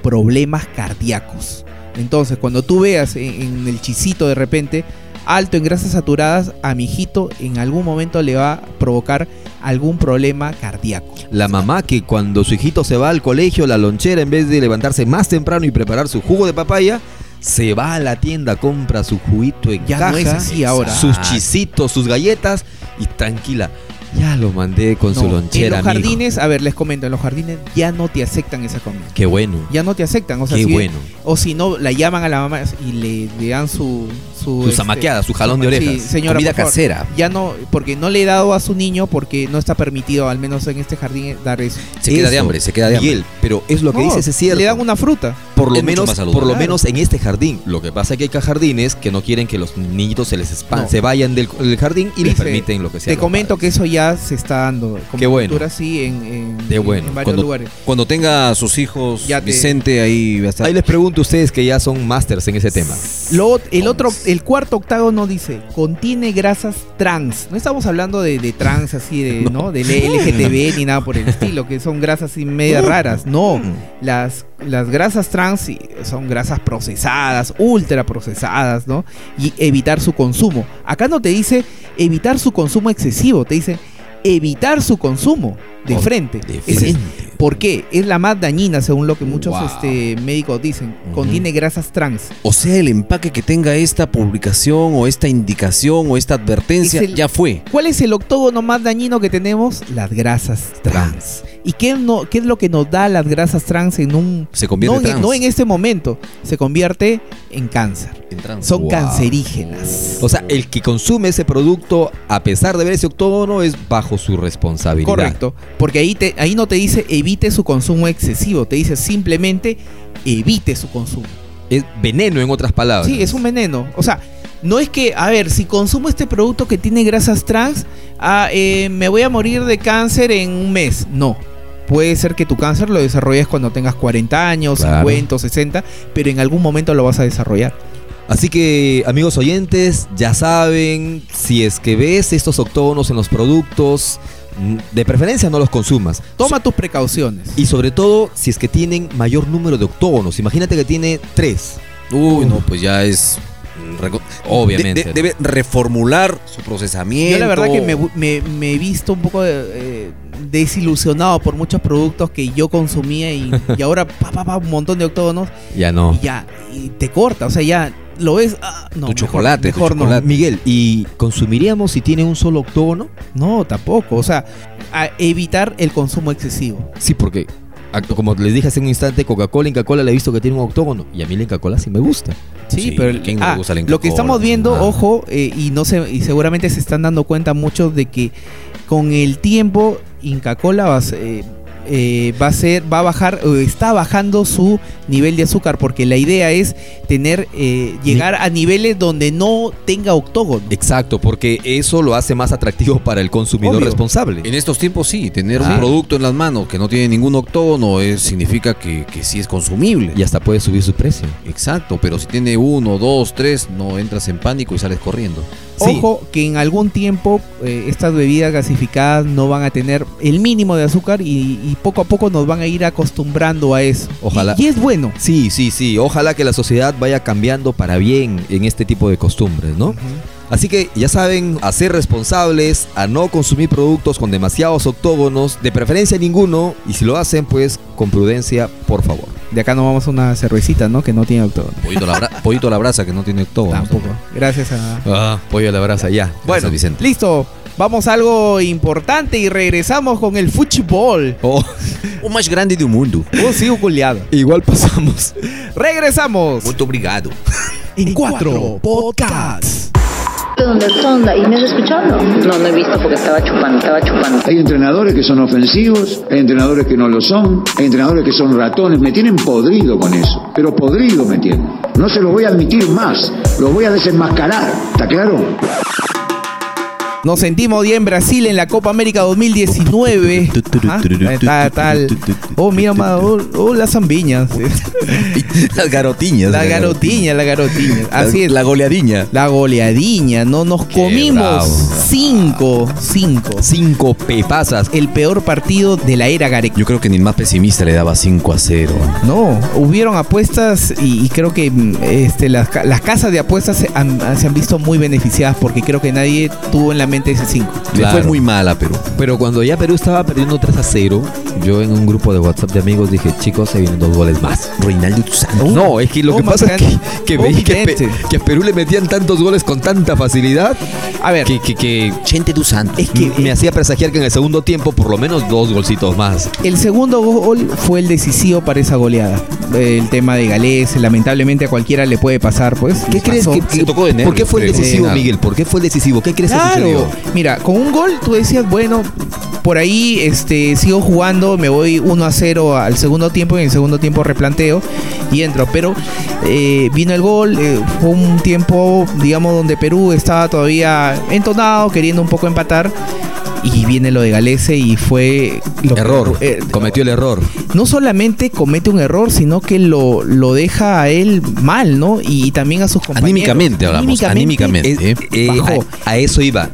Speaker 1: problemas cardíacos. Entonces, cuando tú veas en, en el chisito de repente, alto en grasas saturadas, a mi hijito en algún momento le va a provocar algún problema cardíaco.
Speaker 3: La mamá que cuando su hijito se va al colegio, la lonchera, en vez de levantarse más temprano y preparar su jugo de papaya, se va a la tienda, compra su juguito en
Speaker 1: Ya
Speaker 3: caja,
Speaker 1: no es así ahora.
Speaker 3: sus chisitos, sus galletas y tranquila, ya lo mandé con su
Speaker 1: No,
Speaker 3: lonchera.
Speaker 1: en los
Speaker 3: mijo.
Speaker 1: jardines, a ver, les comento, en los jardines ya no te aceptan esa comida.
Speaker 3: Qué bueno.
Speaker 1: Ya no te aceptan, o sea,
Speaker 3: Qué
Speaker 1: si-
Speaker 3: bueno.
Speaker 1: O si no, la llaman a la mamá y le, le dan su... Su,
Speaker 3: Su zamaqueada, su jalón de
Speaker 1: este, sí,
Speaker 3: orejas.
Speaker 1: señora,
Speaker 2: Comida
Speaker 1: por favor.
Speaker 2: casera.
Speaker 1: Ya no, porque no le he dado a su niño porque no está permitido, al menos en este jardín, dar eso.
Speaker 2: Se queda de
Speaker 3: Eso,
Speaker 2: hambre, se queda de hambre.
Speaker 3: Miguel, pero es lo que
Speaker 1: No,
Speaker 3: dices, es cierto.
Speaker 1: Le dan una fruta.
Speaker 3: por lo
Speaker 2: Es mucho
Speaker 3: menos
Speaker 2: más saludable.
Speaker 3: por lo
Speaker 1: Claro.
Speaker 3: menos en este jardín lo que pasa es que hay jardines que no quieren que los niñitos se les espan-
Speaker 1: No.
Speaker 3: se vayan del, del jardín y les
Speaker 1: Dice,
Speaker 3: permiten lo que sea
Speaker 1: Te comento que eso ya se está dando. Como
Speaker 3: Qué bueno.
Speaker 1: cultura, sí, en, en-
Speaker 3: Qué bueno.
Speaker 1: en varios
Speaker 2: Cuando-
Speaker 1: lugares.
Speaker 2: Cuando tenga a sus hijos,
Speaker 1: Ya te-
Speaker 2: Vicente ahí va a estar.
Speaker 3: ahí les pregunto a ustedes que ya son masters en ese tema
Speaker 1: Lo ot- el otro, el cuarto octágono dice, contiene grasas trans. No estamos hablando de, de trans así de, ¿no? Del LGTB ni nada por el estilo, que son grasas así medias raras. No.
Speaker 3: Mm.
Speaker 1: Las, las grasas trans sí, son grasas procesadas, ultra procesadas, ¿no? Y evitar su consumo. Acá no te dice evitar su consumo excesivo, te dice evitar su consumo de
Speaker 3: Con-
Speaker 1: frente.
Speaker 3: Oh, de
Speaker 1: Es-
Speaker 3: frente.
Speaker 1: ¿Por qué? Es la más dañina, según lo que muchos
Speaker 3: Wow.
Speaker 1: este, médicos dicen.
Speaker 3: Ujú.
Speaker 1: Contiene grasas trans.
Speaker 2: O sea, el empaque que tenga esta publicación o esta indicación o esta advertencia
Speaker 1: Es el-
Speaker 2: ya fue.
Speaker 1: ¿Cuál es el octógono más dañino que tenemos? Las grasas trans. ¿Y qué, no, qué es lo que nos da las grasas trans en un...
Speaker 2: Se
Speaker 1: No
Speaker 2: convierte
Speaker 1: en,
Speaker 2: en,
Speaker 1: no en este momento, se convierte en cáncer. Son
Speaker 3: Wow.
Speaker 1: cancerígenas.
Speaker 3: o sea el que consume ese producto a pesar de ver ese octógono es bajo su responsabilidad
Speaker 1: Correcto. Porque ahí, te, ahí no te dice evite su consumo excesivo, te dice simplemente evite su consumo.
Speaker 3: es veneno en otras palabras
Speaker 1: Sí, es un veneno. O sea, no es que, a ver, si consumo este producto que tiene grasas trans, ah, eh, me voy a morir de cáncer en un mes. No. Puede ser que tu cáncer lo desarrolles cuando tengas 40 años,
Speaker 3: Claro.
Speaker 1: 50 o 60, pero en algún momento lo vas a desarrollar.
Speaker 3: Así que, amigos oyentes, ya saben, si es que ves estos octógonos en los productos, mm, de preferencia no los consumas.
Speaker 1: Toma tus precauciones.
Speaker 3: Y sobre todo, si es que tienen mayor número de octógonos. Imagínate que tiene tres.
Speaker 2: Uy, no, pues ya es. reco-
Speaker 3: Obviamente,
Speaker 2: De- de-
Speaker 3: ¿no?
Speaker 2: Debe reformular su procesamiento.
Speaker 1: Yo la verdad que me, me- me he visto un poco eh, desilusionado por muchos productos que yo consumía y, y ahora pa, pa, pa, un montón de octógonos
Speaker 3: Ya no.
Speaker 1: y ya, y te corta, o sea, ya lo ves. ah, no,
Speaker 2: Tu
Speaker 1: mejor-
Speaker 2: chocolate, tu
Speaker 1: mejor no.
Speaker 2: chocolate.
Speaker 3: Miguel, ¿y consumiríamos si tiene un solo octógono?
Speaker 1: No, tampoco. O sea, a evitar el consumo excesivo.
Speaker 3: Sí, porque, ah, como les dije hace un instante, Coca-Cola, Inca Cola, le he visto que tiene un octógono. Y a mí la Inca Cola sí me gusta.
Speaker 1: Sí,
Speaker 2: Sí,
Speaker 1: pero el-
Speaker 2: ¿quién no le
Speaker 1: ah,
Speaker 2: gusta la
Speaker 1: lo que
Speaker 2: Inca-Cola?
Speaker 1: estamos viendo,
Speaker 2: Nada.
Speaker 1: ojo, eh, y no se, y seguramente se están dando cuenta muchos de que con el tiempo Inca Cola va a ser, eh, va a ser, va a bajar, o está bajando su nivel de azúcar, porque la idea es tener, eh, llegar a niveles donde no tenga octógono.
Speaker 3: Exacto, porque eso lo hace más atractivo para el consumidor
Speaker 1: Obvio.
Speaker 3: responsable.
Speaker 2: En estos tiempos sí, tener
Speaker 3: Ah.
Speaker 2: un producto en las manos que no tiene ningún octógono es- significa que, que sí es consumible.
Speaker 3: Y hasta puede subir su precio.
Speaker 2: Exacto, pero si tiene uno, dos, tres, no entras en pánico y sales corriendo.
Speaker 3: Sí.
Speaker 1: Ojo que en algún tiempo eh, estas bebidas gasificadas no van a tener el mínimo de azúcar y, y poco a poco nos van a ir acostumbrando a eso.
Speaker 3: Ojalá.
Speaker 1: Y, y es bueno.
Speaker 3: Sí, sí, sí. Ojalá que la sociedad vaya cambiando para bien en este tipo de costumbres, ¿no? Así que ya saben, a ser responsables, a no consumir productos con demasiados octógonos, de preferencia ninguno, y si lo hacen, pues con prudencia, por favor.
Speaker 1: De acá nos vamos a una cervecita, ¿no? Que no tiene octógono.
Speaker 2: Pollito la, bra- pollito la brasa, que no tiene octógono.
Speaker 1: Tampoco. Gracias a.
Speaker 3: Ah, pollo a la brasa, ya.
Speaker 2: Bueno,
Speaker 3: Gracias, Vicente.
Speaker 1: Listo. Vamos a algo importante y regresamos con el fútbol.
Speaker 3: Oh,
Speaker 2: O más grande del mundo.
Speaker 1: Oh, sí, un goleado.
Speaker 3: igual pasamos.
Speaker 1: Regresamos.
Speaker 2: Muito obrigado.
Speaker 4: En cuatro podcasts.
Speaker 10: ¿Dónde, ¿Dónde? ¿Y me has escuchado?
Speaker 11: No, no he visto porque estaba chupando, estaba chupando.
Speaker 12: Hay entrenadores que son ofensivos, hay entrenadores que no lo son, hay entrenadores que son ratones. Me tienen podrido con eso, pero podrido me tienen. No se lo voy a admitir más, lo voy a desenmascarar, ¿está claro?
Speaker 1: Nos sentimos bien Brasil en la Copa América 2019. Ah, está- está el- Oh, mira, ma, oh, oh, las zambiñas.
Speaker 2: Las garotiñas.
Speaker 1: La garotiña, la garotiña. Así es.
Speaker 2: La goleadiña.
Speaker 1: La goleadiña, no nos comimos
Speaker 2: bravo.
Speaker 1: cinco, cinco.
Speaker 3: Cinco pepasas.
Speaker 1: El peor partido de la era Gareca.
Speaker 2: Yo creo que ni el más pesimista le daba 5 a 0.
Speaker 1: No, hubieron apuestas y, y creo que mm, este, las, ca- las casas de apuestas se han, se han visto muy beneficiadas porque creo que nadie tuvo en la mente ese 5.
Speaker 2: Le
Speaker 3: Claro.
Speaker 2: fue muy mal a Perú.
Speaker 3: Pero cuando ya Perú estaba perdiendo 3 a 0, yo en un grupo de WhatsApp de amigos dije, chicos, se vienen dos goles más.
Speaker 2: Reinaldo Santos.
Speaker 3: No, es que lo
Speaker 1: oh,
Speaker 3: que pasa es
Speaker 1: Marcano.
Speaker 3: que, que
Speaker 1: Oh,
Speaker 3: veía que,
Speaker 1: Vicente.
Speaker 3: Pe- que a Perú le metían tantos goles con tanta facilidad
Speaker 1: A ver,
Speaker 3: que, que- que
Speaker 2: Chente dos Santos.
Speaker 1: es que
Speaker 3: me hacía presagiar que en el segundo tiempo por lo menos dos golcitos más.
Speaker 1: El segundo gol fue el decisivo para esa goleada. El tema de Galés, lamentablemente a cualquiera le puede pasar, pues.
Speaker 3: ¿Qué
Speaker 1: nos
Speaker 3: crees
Speaker 1: pasó.
Speaker 3: que,
Speaker 2: Se
Speaker 3: que-
Speaker 2: tocó de nervios,
Speaker 3: ¿Por qué fue el
Speaker 2: creo.
Speaker 3: decisivo,
Speaker 2: Sí, nada.
Speaker 3: Miguel? ¿Por qué fue el decisivo? ¿Qué crees que
Speaker 1: Claro.
Speaker 3: sucedió?
Speaker 1: Mira, con un gol tú decías, bueno, por ahí este sigo jugando, me voy 1 a 0 al segundo tiempo y en el segundo tiempo replanteo y entro. Pero eh, vino el gol, eh, fue un tiempo, digamos, donde Perú estaba todavía entonado, queriendo un poco empatar. Y viene lo de Galese y fue... Lo que-
Speaker 3: Error.
Speaker 1: eh,
Speaker 3: Cometió el error.
Speaker 1: no solamente comete un error, sino que lo, lo deja a él mal, ¿no? Y, también a sus compañeros.
Speaker 2: Anímicamente hablamos, anímicamente.
Speaker 3: Es-
Speaker 2: Eh,
Speaker 3: eh,
Speaker 1: bajó.
Speaker 3: a, a eso iba.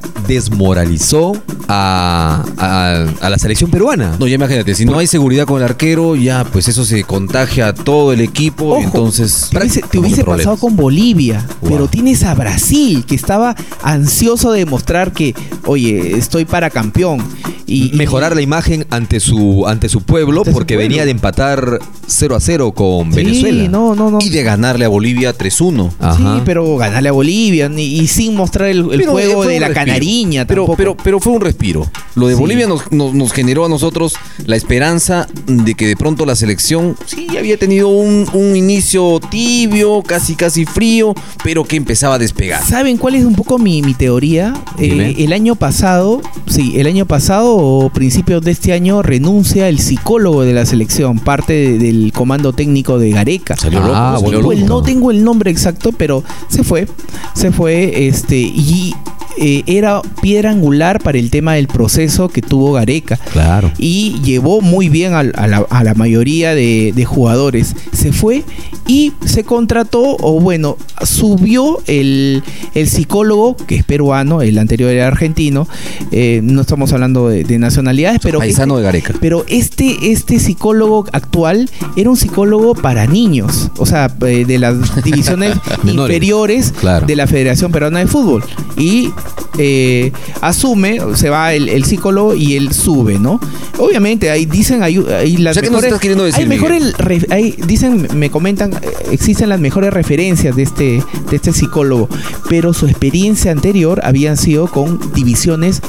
Speaker 3: Desmoralizó a, a- a la selección peruana.
Speaker 2: No, ya imagínate, si no hay seguridad con el arquero, ya pues eso se contagia a todo el equipo,
Speaker 1: Ojo,
Speaker 2: entonces
Speaker 1: Te hubiese, te
Speaker 2: estamos en
Speaker 1: hubiese
Speaker 2: problemas.
Speaker 1: pasado con Bolivia,
Speaker 2: Wow.
Speaker 1: pero tienes a Brasil, que estaba ansioso de demostrar que, oye, estoy para campeón. Y, y-
Speaker 3: mejorar la imagen ante su ante su pueblo
Speaker 1: Ante su
Speaker 3: porque
Speaker 1: pueblo.
Speaker 3: venía de empatar 0 a 0 con
Speaker 1: Sí,
Speaker 3: Venezuela.
Speaker 1: no, no, no.
Speaker 2: Y de ganarle a Bolivia 3-1.
Speaker 1: Sí, pero ganarle a Bolivia ni- y, sin mostrar el, el
Speaker 2: Pero, eh,
Speaker 1: juego
Speaker 2: fue
Speaker 1: de
Speaker 2: un
Speaker 1: la
Speaker 2: respiro.
Speaker 1: canariña.
Speaker 2: Pero,
Speaker 1: tampoco.
Speaker 2: pero, pero fue un respiro. Lo de
Speaker 1: Sí.
Speaker 2: Bolivia nos, nos- nos generó a nosotros la esperanza de que de pronto la selección sí había tenido un, un inicio tibio, casi casi frío, pero que empezaba a despegar.
Speaker 1: ¿Saben cuál es un poco mi, mi teoría?
Speaker 3: Dime.
Speaker 1: Eh, el año pasado, sí, el año pasado o principios de este año renuncia el psicólogo de la selección, parte de- del comando técnico de Gareca.
Speaker 2: Salió loco,
Speaker 3: Ah, bueno,
Speaker 2: salió loco.
Speaker 1: Pues no tengo el nombre exacto, pero se fue, se fue, este, y eh, era piedra angular para el tema del proceso que tuvo Gareca
Speaker 3: Claro.
Speaker 1: y llevó muy bien al- a, la, a la mayoría de, de jugadores. Se fue y se contrató, o bueno, subió el, el psicólogo, que es peruano, el anterior era argentino, eh, no estamos hablando de, de nacionalidades, pero...
Speaker 2: Paisano de Gareca.
Speaker 1: Pero este, este psicólogo actual era un psicólogo para niños, o sea, eh, de las divisiones
Speaker 3: Menores.
Speaker 1: inferiores
Speaker 3: Claro.
Speaker 1: de la Federación Peruana de Fútbol. Y eh, asume, se va el, el psicólogo y él sube, ¿no? Obviamente, ahí dicen, hay, hay las
Speaker 2: sea, ¿qué nos
Speaker 1: mejores-
Speaker 2: estás queriendo decir,
Speaker 1: hay mejores re- hay- dicen, me comentan, eh, existen las mejores referencias de este, de este psicólogo, pero su experiencia anterior habían sido con divisiones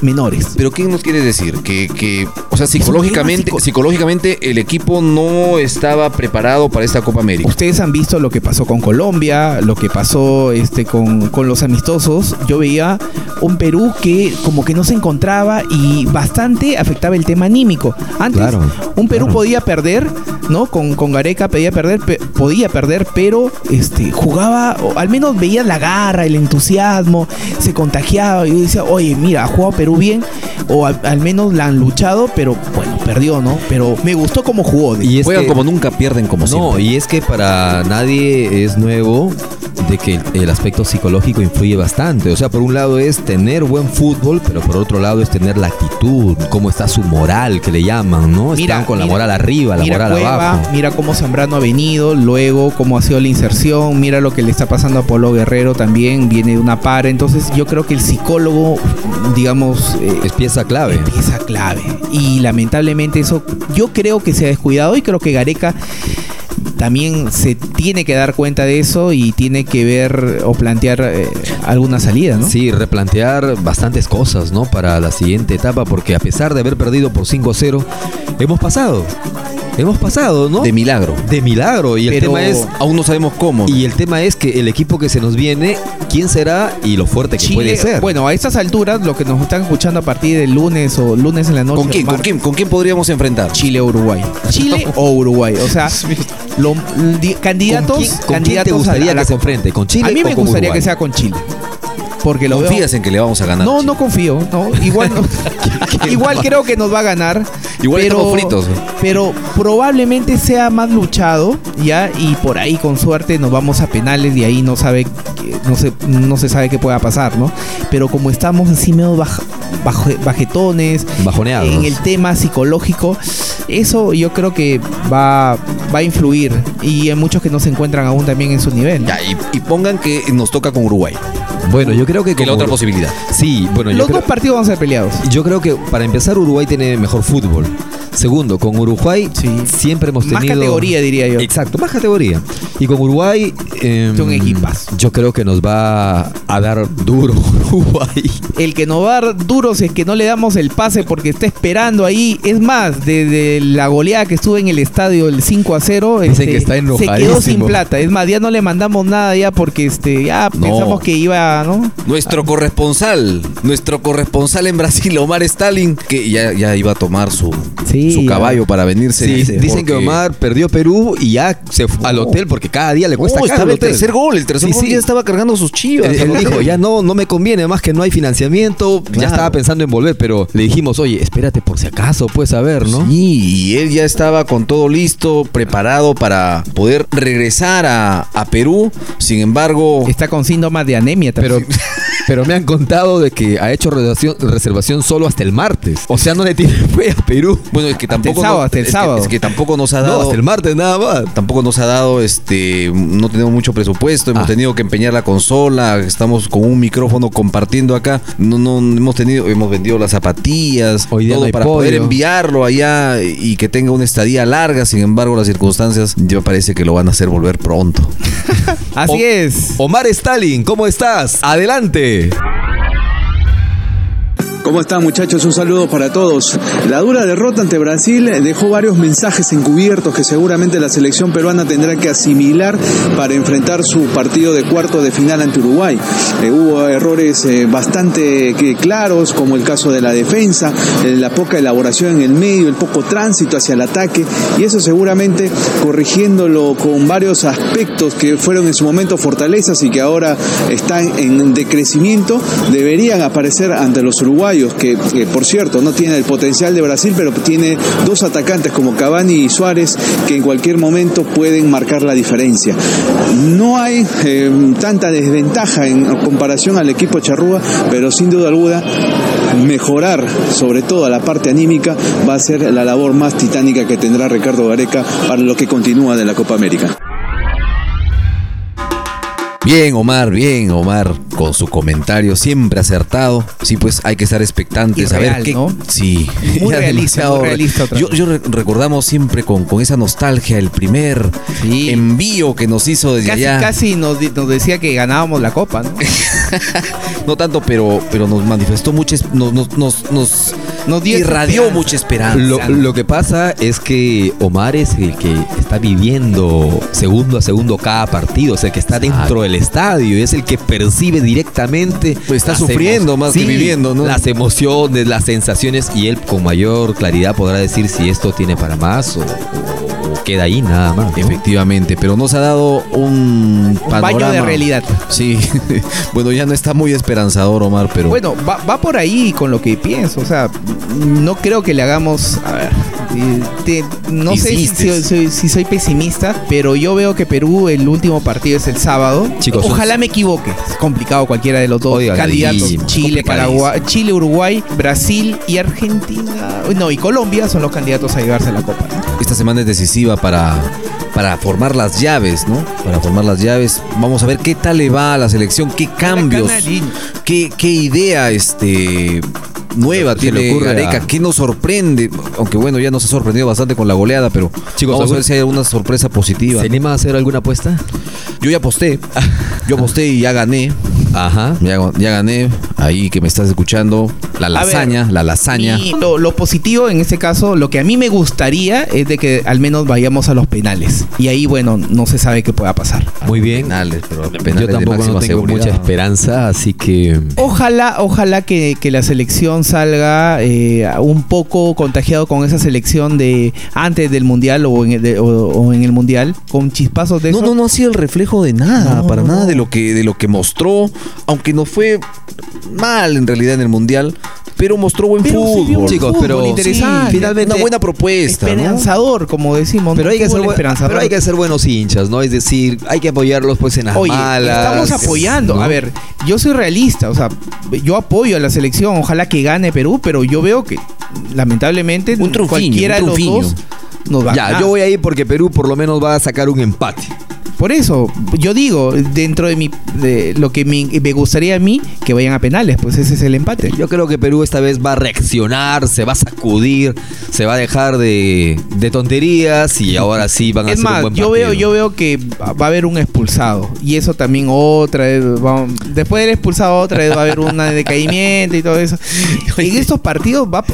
Speaker 1: menores.
Speaker 2: Pero ¿qué nos quiere decir? Que, que o sea, psicológicamente,
Speaker 1: psico-
Speaker 2: psicológicamente el equipo no estaba preparado para esta Copa América.
Speaker 1: Ustedes han visto lo que pasó con Colombia, lo que pasó este, con, con los amistosos. Yo veía un Perú que como que no se encontraba y bastante afectaba el tema anímico. Antes,
Speaker 3: Claro,
Speaker 1: un Perú
Speaker 3: claro.
Speaker 1: podía perder, ¿no? Con, con Gareca podía perder, pe- podía perder, pero este, jugaba, o al menos veía la garra, el entusiasmo, se contagiaba. Y yo decía, oye, mira, ha jugado Perú Perú bien, o al, al menos la han luchado, pero bueno, perdió, ¿no? Pero me gustó cómo jugó.
Speaker 2: Y es Juegan que- como nunca, pierden como
Speaker 3: No,
Speaker 2: siempre.
Speaker 3: y es que para nadie es nuevo de que el aspecto psicológico influye bastante. O sea, por un lado es tener buen fútbol, pero por otro lado es tener la actitud, cómo está su moral, que le llaman, ¿no? Están con la moral arriba, la
Speaker 1: mira
Speaker 3: moral
Speaker 1: Cueva,
Speaker 3: abajo.
Speaker 1: Mira cómo Zambrano ha venido, luego cómo ha sido la inserción, mira lo que le está pasando a Polo Guerrero también, viene de una para. Entonces yo creo que el psicólogo, digamos... eh,
Speaker 3: es pieza clave.
Speaker 1: Es pieza clave. Y lamentablemente eso yo creo que se ha descuidado y creo que Gareca también se tiene que dar cuenta de eso y tiene que ver o plantear eh, alguna salida, ¿no?
Speaker 3: Sí, replantear bastantes cosas, ¿no? Para la siguiente etapa, porque a pesar de haber perdido por 5-0, hemos pasado. Hemos pasado, ¿no? De
Speaker 2: milagro.
Speaker 3: De milagro. Y
Speaker 2: Pero
Speaker 3: el tema es.
Speaker 2: Aún no sabemos cómo.
Speaker 3: Y el tema es que el equipo que se nos viene, ¿quién será y lo fuerte que
Speaker 1: Chile,
Speaker 3: puede ser?
Speaker 1: Bueno, a estas alturas, lo que nos están escuchando a partir del lunes o lunes en la noche.
Speaker 2: ¿Con quién,
Speaker 1: o
Speaker 2: con
Speaker 1: martes,
Speaker 2: quién, con quién podríamos enfrentar?
Speaker 1: Chile o Uruguay. Chile o Uruguay. O sea, lo- di- candidatos,
Speaker 3: ¿Con quién- con quién te
Speaker 1: candidatos
Speaker 3: gustaría
Speaker 1: a la-
Speaker 3: que se enfrente? ¿Con
Speaker 1: A
Speaker 3: Chile
Speaker 1: mí
Speaker 3: o
Speaker 1: me
Speaker 3: con
Speaker 1: gustaría
Speaker 3: Uruguay?
Speaker 1: que sea con Chile. Porque lo
Speaker 2: ¿Confías
Speaker 1: veo-
Speaker 2: en que le vamos a ganar?
Speaker 1: No, no confío. No, igual no- igual creo que nos va a ganar.
Speaker 2: Igual
Speaker 1: pero,
Speaker 2: estamos fritos.
Speaker 1: Pero probablemente sea más luchado, ya, y por ahí con suerte nos vamos a penales y ahí no sabe qué- no se, no se sabe qué pueda pasar, ¿no? Pero como estamos así medio baj- baje- bajetones,
Speaker 3: Bajoneados.
Speaker 1: en el tema psicológico, eso yo creo que va, va a influir y hay muchos que no se encuentran aún también en su nivel.
Speaker 2: y, y pongan que nos toca con Uruguay.
Speaker 3: Bueno, yo creo que.
Speaker 2: Que la
Speaker 3: con
Speaker 2: otra
Speaker 3: Ur-
Speaker 2: posibilidad.
Speaker 3: Sí, bueno, yo
Speaker 1: Los
Speaker 3: creo-
Speaker 1: dos partidos van a ser peleados.
Speaker 3: Yo creo que para empezar Uruguay tiene mejor fútbol. Segundo, con Uruguay siempre hemos
Speaker 1: Más
Speaker 3: tenido
Speaker 1: categoría, diría yo.
Speaker 3: Exacto, más categoría. Y con Uruguay eh, Yo creo que nos va a dar duro Uruguay.
Speaker 1: El que nos va a dar duro si es que no le damos el pase porque está esperando ahí. Es más, desde la goleada que estuvo en el estadio, el 5 a 0,
Speaker 3: Dicen que está
Speaker 1: se quedó sin
Speaker 3: enojadísimo.
Speaker 1: plata. Es más, ya no le mandamos nada ya porque este, ya pensamos que iba, ¿no?
Speaker 2: Nuestro corresponsal, nuestro corresponsal en Brasil, Omar Stalin, que ya, ya iba a tomar su, su caballo para venirse.
Speaker 3: Sí,
Speaker 2: dice,
Speaker 3: dicen que
Speaker 2: porque-
Speaker 3: Omar perdió Perú y ya se fue al hotel porque cada día le cuesta
Speaker 2: Oh,
Speaker 3: caro
Speaker 2: estaba el
Speaker 3: hotel.
Speaker 2: tercer gol, el tercer
Speaker 3: Sí,
Speaker 2: gol
Speaker 3: sí.
Speaker 2: ya estaba cargando sus chivas.
Speaker 3: Él, él dijo, ya no, no me conviene, más que no hay financiamiento. Ya estaba pensando en volver, pero le dijimos, oye, espérate por si acaso, puedes saber, ¿no?
Speaker 2: Sí, y él ya estaba con todo listo, preparado para poder regresar a, a Perú. Sin embargo,
Speaker 1: Está con síntomas de anemia también.
Speaker 3: Pero, pero me han contado de que ha hecho reservación, reservación solo hasta el martes. O sea, no le tiene fe a Perú.
Speaker 2: Bueno, es que tampoco.
Speaker 3: sábado,
Speaker 2: no-
Speaker 3: hasta el
Speaker 2: es que-
Speaker 3: sábado.
Speaker 2: es que tampoco nos ha
Speaker 3: No,
Speaker 2: dado.
Speaker 3: hasta el martes nada más.
Speaker 2: Tampoco nos ha dado, este. No tenemos mucho presupuesto,
Speaker 3: Ah.
Speaker 2: hemos tenido que empeñar la consola, estamos con un micrófono compartiendo acá. No, no hemos tenido, hemos vendido las zapatillas,
Speaker 3: día
Speaker 2: todo
Speaker 3: no hay
Speaker 2: para poder
Speaker 3: pollo.
Speaker 2: enviarlo allá y que tenga una estadía larga. Sin embargo, las circunstancias ya parece que lo van a hacer volver pronto.
Speaker 1: Así es.
Speaker 3: Omar Stalin, ¿cómo estás? Adelante.
Speaker 13: ¿Cómo están muchachos? Un saludo para todos. La dura derrota ante Brasil dejó varios mensajes encubiertos que seguramente la selección peruana tendrá que asimilar para enfrentar su partido de cuarto de final ante Uruguay. Eh, hubo errores eh, bastante que- claros como el caso de la defensa, eh, la poca elaboración en el medio, el poco tránsito hacia el ataque y eso seguramente corrigiéndolo con varios aspectos que fueron en su momento fortalezas y que ahora están en decrecimiento deberían aparecer ante los uruguayos, que, que, por cierto no tiene el potencial de Brasil, pero tiene dos atacantes como Cavani y Suárez que en cualquier momento pueden marcar la diferencia. No hay eh, tanta desventaja en comparación al equipo charrúa, pero sin duda alguna mejorar sobre todo la parte anímica va a ser la labor más titánica que tendrá Ricardo Gareca para lo que continúa de la Copa América.
Speaker 2: Bien, Omar, bien, Omar, con su comentario siempre acertado. Sí, pues hay que estar expectantes
Speaker 1: Y
Speaker 2: a
Speaker 1: real,
Speaker 2: ver qué.
Speaker 1: ¿no?
Speaker 2: Sí,
Speaker 1: Muy
Speaker 2: ya
Speaker 1: realista,
Speaker 2: demasiado-
Speaker 1: muy realista otra
Speaker 2: Yo, yo re- recordamos siempre con, con esa nostalgia el primer
Speaker 3: Em,
Speaker 2: envío que nos hizo desde
Speaker 1: Casi,
Speaker 2: allá.
Speaker 1: casi nos, di- nos decía que ganábamos la copa, ¿no?
Speaker 2: No tanto, pero, pero nos manifestó mucha. es- Nos, nos, nos, nos,
Speaker 1: dio
Speaker 2: irradió
Speaker 1: esperanza.
Speaker 2: mucha
Speaker 3: Lo,
Speaker 2: esperanza.
Speaker 3: lo que pasa es que Omar es el que está viviendo segundo a segundo cada partido, es el que está dentro del estadio, es el que percibe directamente.
Speaker 2: Pues está
Speaker 3: las
Speaker 2: sufriendo
Speaker 3: emo-
Speaker 2: más que
Speaker 3: Sí,
Speaker 2: viviendo, ¿no?
Speaker 3: Las emociones, las sensaciones, y él con mayor claridad podrá decir si esto tiene para más o, o- queda ahí nada más. ¿no?
Speaker 2: Efectivamente, pero nos ha dado un panorama.
Speaker 1: baño de realidad.
Speaker 2: Sí, bueno, ya no está muy esperanzador, Omar, pero.
Speaker 1: Bueno, va, va por ahí con lo que pienso. O sea, no creo que le hagamos. A ver, eh, te- no sé si,
Speaker 2: Hiciste.
Speaker 1: si- si- si soy pesimista, pero yo veo que Perú, el último partido es el sábado.
Speaker 2: Chicos,
Speaker 1: Ojalá me equivoque. Es complicado cualquiera de los dos
Speaker 2: Oiga,
Speaker 1: candidatos.
Speaker 2: complicadísimo,
Speaker 1: Chile,
Speaker 2: complicadísimo.
Speaker 1: Paraguay, Chile, Uruguay, Brasil y Argentina. No, y Colombia son los candidatos a llevarse la copa.
Speaker 2: Esta semana es decisiva para, para formar las llaves, ¿no? Para formar las llaves. Vamos a ver qué tal le va a la selección, qué cambios, qué, qué idea este, nueva
Speaker 3: Se
Speaker 2: tiene
Speaker 3: le ocurre
Speaker 2: Gareca,
Speaker 3: a-
Speaker 2: qué nos sorprende. Aunque bueno, ya nos ha sorprendido bastante con la goleada, pero
Speaker 3: Chicos,
Speaker 2: vamos a ver
Speaker 3: ¿algún-
Speaker 2: si hay alguna sorpresa positiva.
Speaker 3: ¿Se anima a hacer alguna apuesta?
Speaker 2: Yo ya aposté. Yo aposté y ya gané. Ajá. Ya, ya gané. Ahí que me estás escuchando. La
Speaker 1: A ver,
Speaker 2: lasaña, la lasaña.
Speaker 1: Y lo, lo positivo en este caso, lo que a mí me gustaría es de que al menos vayamos a los penales. Y ahí, bueno, no se sabe qué pueda pasar.
Speaker 3: Muy bien.
Speaker 2: Penales, pero
Speaker 3: Yo
Speaker 2: penales de
Speaker 3: tampoco no
Speaker 2: máxima
Speaker 3: tengo
Speaker 2: seguridad.
Speaker 3: mucha esperanza, así que
Speaker 1: Ojalá, ojalá que, que la selección salga eh, un poco contagiado con esa selección de antes del mundial o en el, de- o- o en el mundial, con chispazos de
Speaker 2: No,
Speaker 1: eso.
Speaker 2: no, no ha sido el reflejo de nada, para nada de lo que de lo que mostró, aunque no fue mal en realidad en el mundial, pero mostró buen
Speaker 1: Pero sí
Speaker 2: fútbol,
Speaker 1: vio un
Speaker 2: chicos,
Speaker 1: fútbol
Speaker 2: pero
Speaker 1: interesante.
Speaker 2: sí, finalmente una buena propuesta, ¿no?
Speaker 1: Esperanzador, como decimos.
Speaker 3: Pero hay, que
Speaker 1: fútbol
Speaker 3: ser buen-
Speaker 1: esperanzador.
Speaker 3: pero hay que ser buenos hinchas, ¿no? Es decir, hay que apoyarlos pues en las
Speaker 1: Oye,
Speaker 3: malas.
Speaker 1: estamos apoyando.
Speaker 3: ¿no?
Speaker 1: A ver, yo soy realista, o sea, yo apoyo a la selección, ojalá que gane Perú, pero yo veo que lamentablemente
Speaker 2: trufiño,
Speaker 1: cualquiera
Speaker 2: un
Speaker 1: de los
Speaker 2: trufiño.
Speaker 1: dos nos va a
Speaker 3: Ya,
Speaker 1: ganar.
Speaker 3: yo voy ahí porque Perú por lo menos va a sacar un empate.
Speaker 1: Por eso, yo digo, dentro de mi de lo que me, me gustaría a mí, que vayan a penales, pues ese es el empate.
Speaker 3: Yo creo que Perú esta vez va a reaccionar, se va a sacudir, se va a dejar de, de tonterías y ahora sí van a
Speaker 1: Es
Speaker 3: hacer
Speaker 1: más,
Speaker 3: un buen
Speaker 1: yo
Speaker 3: partido.
Speaker 1: veo, yo veo que va va a haber un expulsado. Y eso también otra vez. va- después del expulsado, otra vez va a haber un decaimiento y todo eso. En estos partidos va,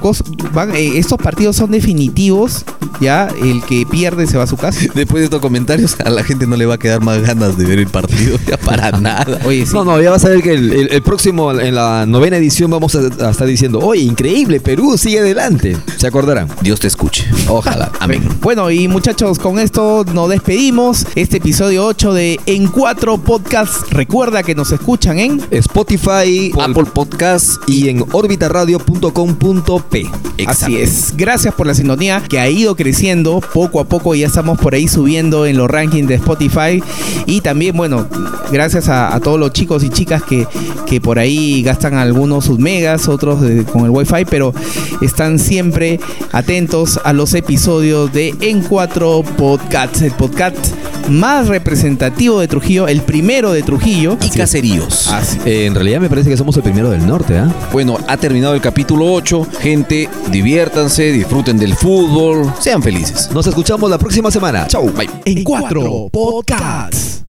Speaker 1: cos- van- eh, estos partidos son definitivos. Ya, el que pierde se va a su casa.
Speaker 2: Después de estos comentarios, a la gente no le va a quedar más ganas de ver el partido, ya para nada.
Speaker 1: Oye, sí.
Speaker 3: No, no, ya vas a ver que el, el- el próximo, en la novena edición, vamos a, a estar diciendo, oye, increíble, Perú sigue adelante. Se acordarán.
Speaker 2: Dios te escuche.
Speaker 3: Ojalá.
Speaker 2: Amén.
Speaker 1: Bueno, y muchachos, con esto nos despedimos. Este episodio 8 de En 4 Podcast. Recuerda que nos escuchan en
Speaker 3: Spotify, Apple,
Speaker 2: Apple Podcast,
Speaker 3: y en orbitaradio.com.p.
Speaker 1: Así es. Gracias por la sintonía que ha ido creciendo poco a poco. Ya estamos por ahí subiendo en los rankings de Spotify. Y también, bueno, gracias a, a todos los chicos y chicas que, que por ahí gastan algunos sus megas, otros eh, con el Wi-Fi, pero están siempre atentos a los episodios de En 4 Podcasts, el podcast más representativo de Trujillo, el primero de Trujillo.
Speaker 2: y Caseríos.
Speaker 1: Así.
Speaker 3: Eh, en realidad me parece que somos el primero del norte, ¿ah?
Speaker 2: Bueno, ha terminado el capítulo 8. Gente, diviértanse, disfruten del fútbol, sean felices.
Speaker 3: Oh. Nos escuchamos la próxima semana. Chau.
Speaker 2: Bye.
Speaker 4: En cuatro podcasts.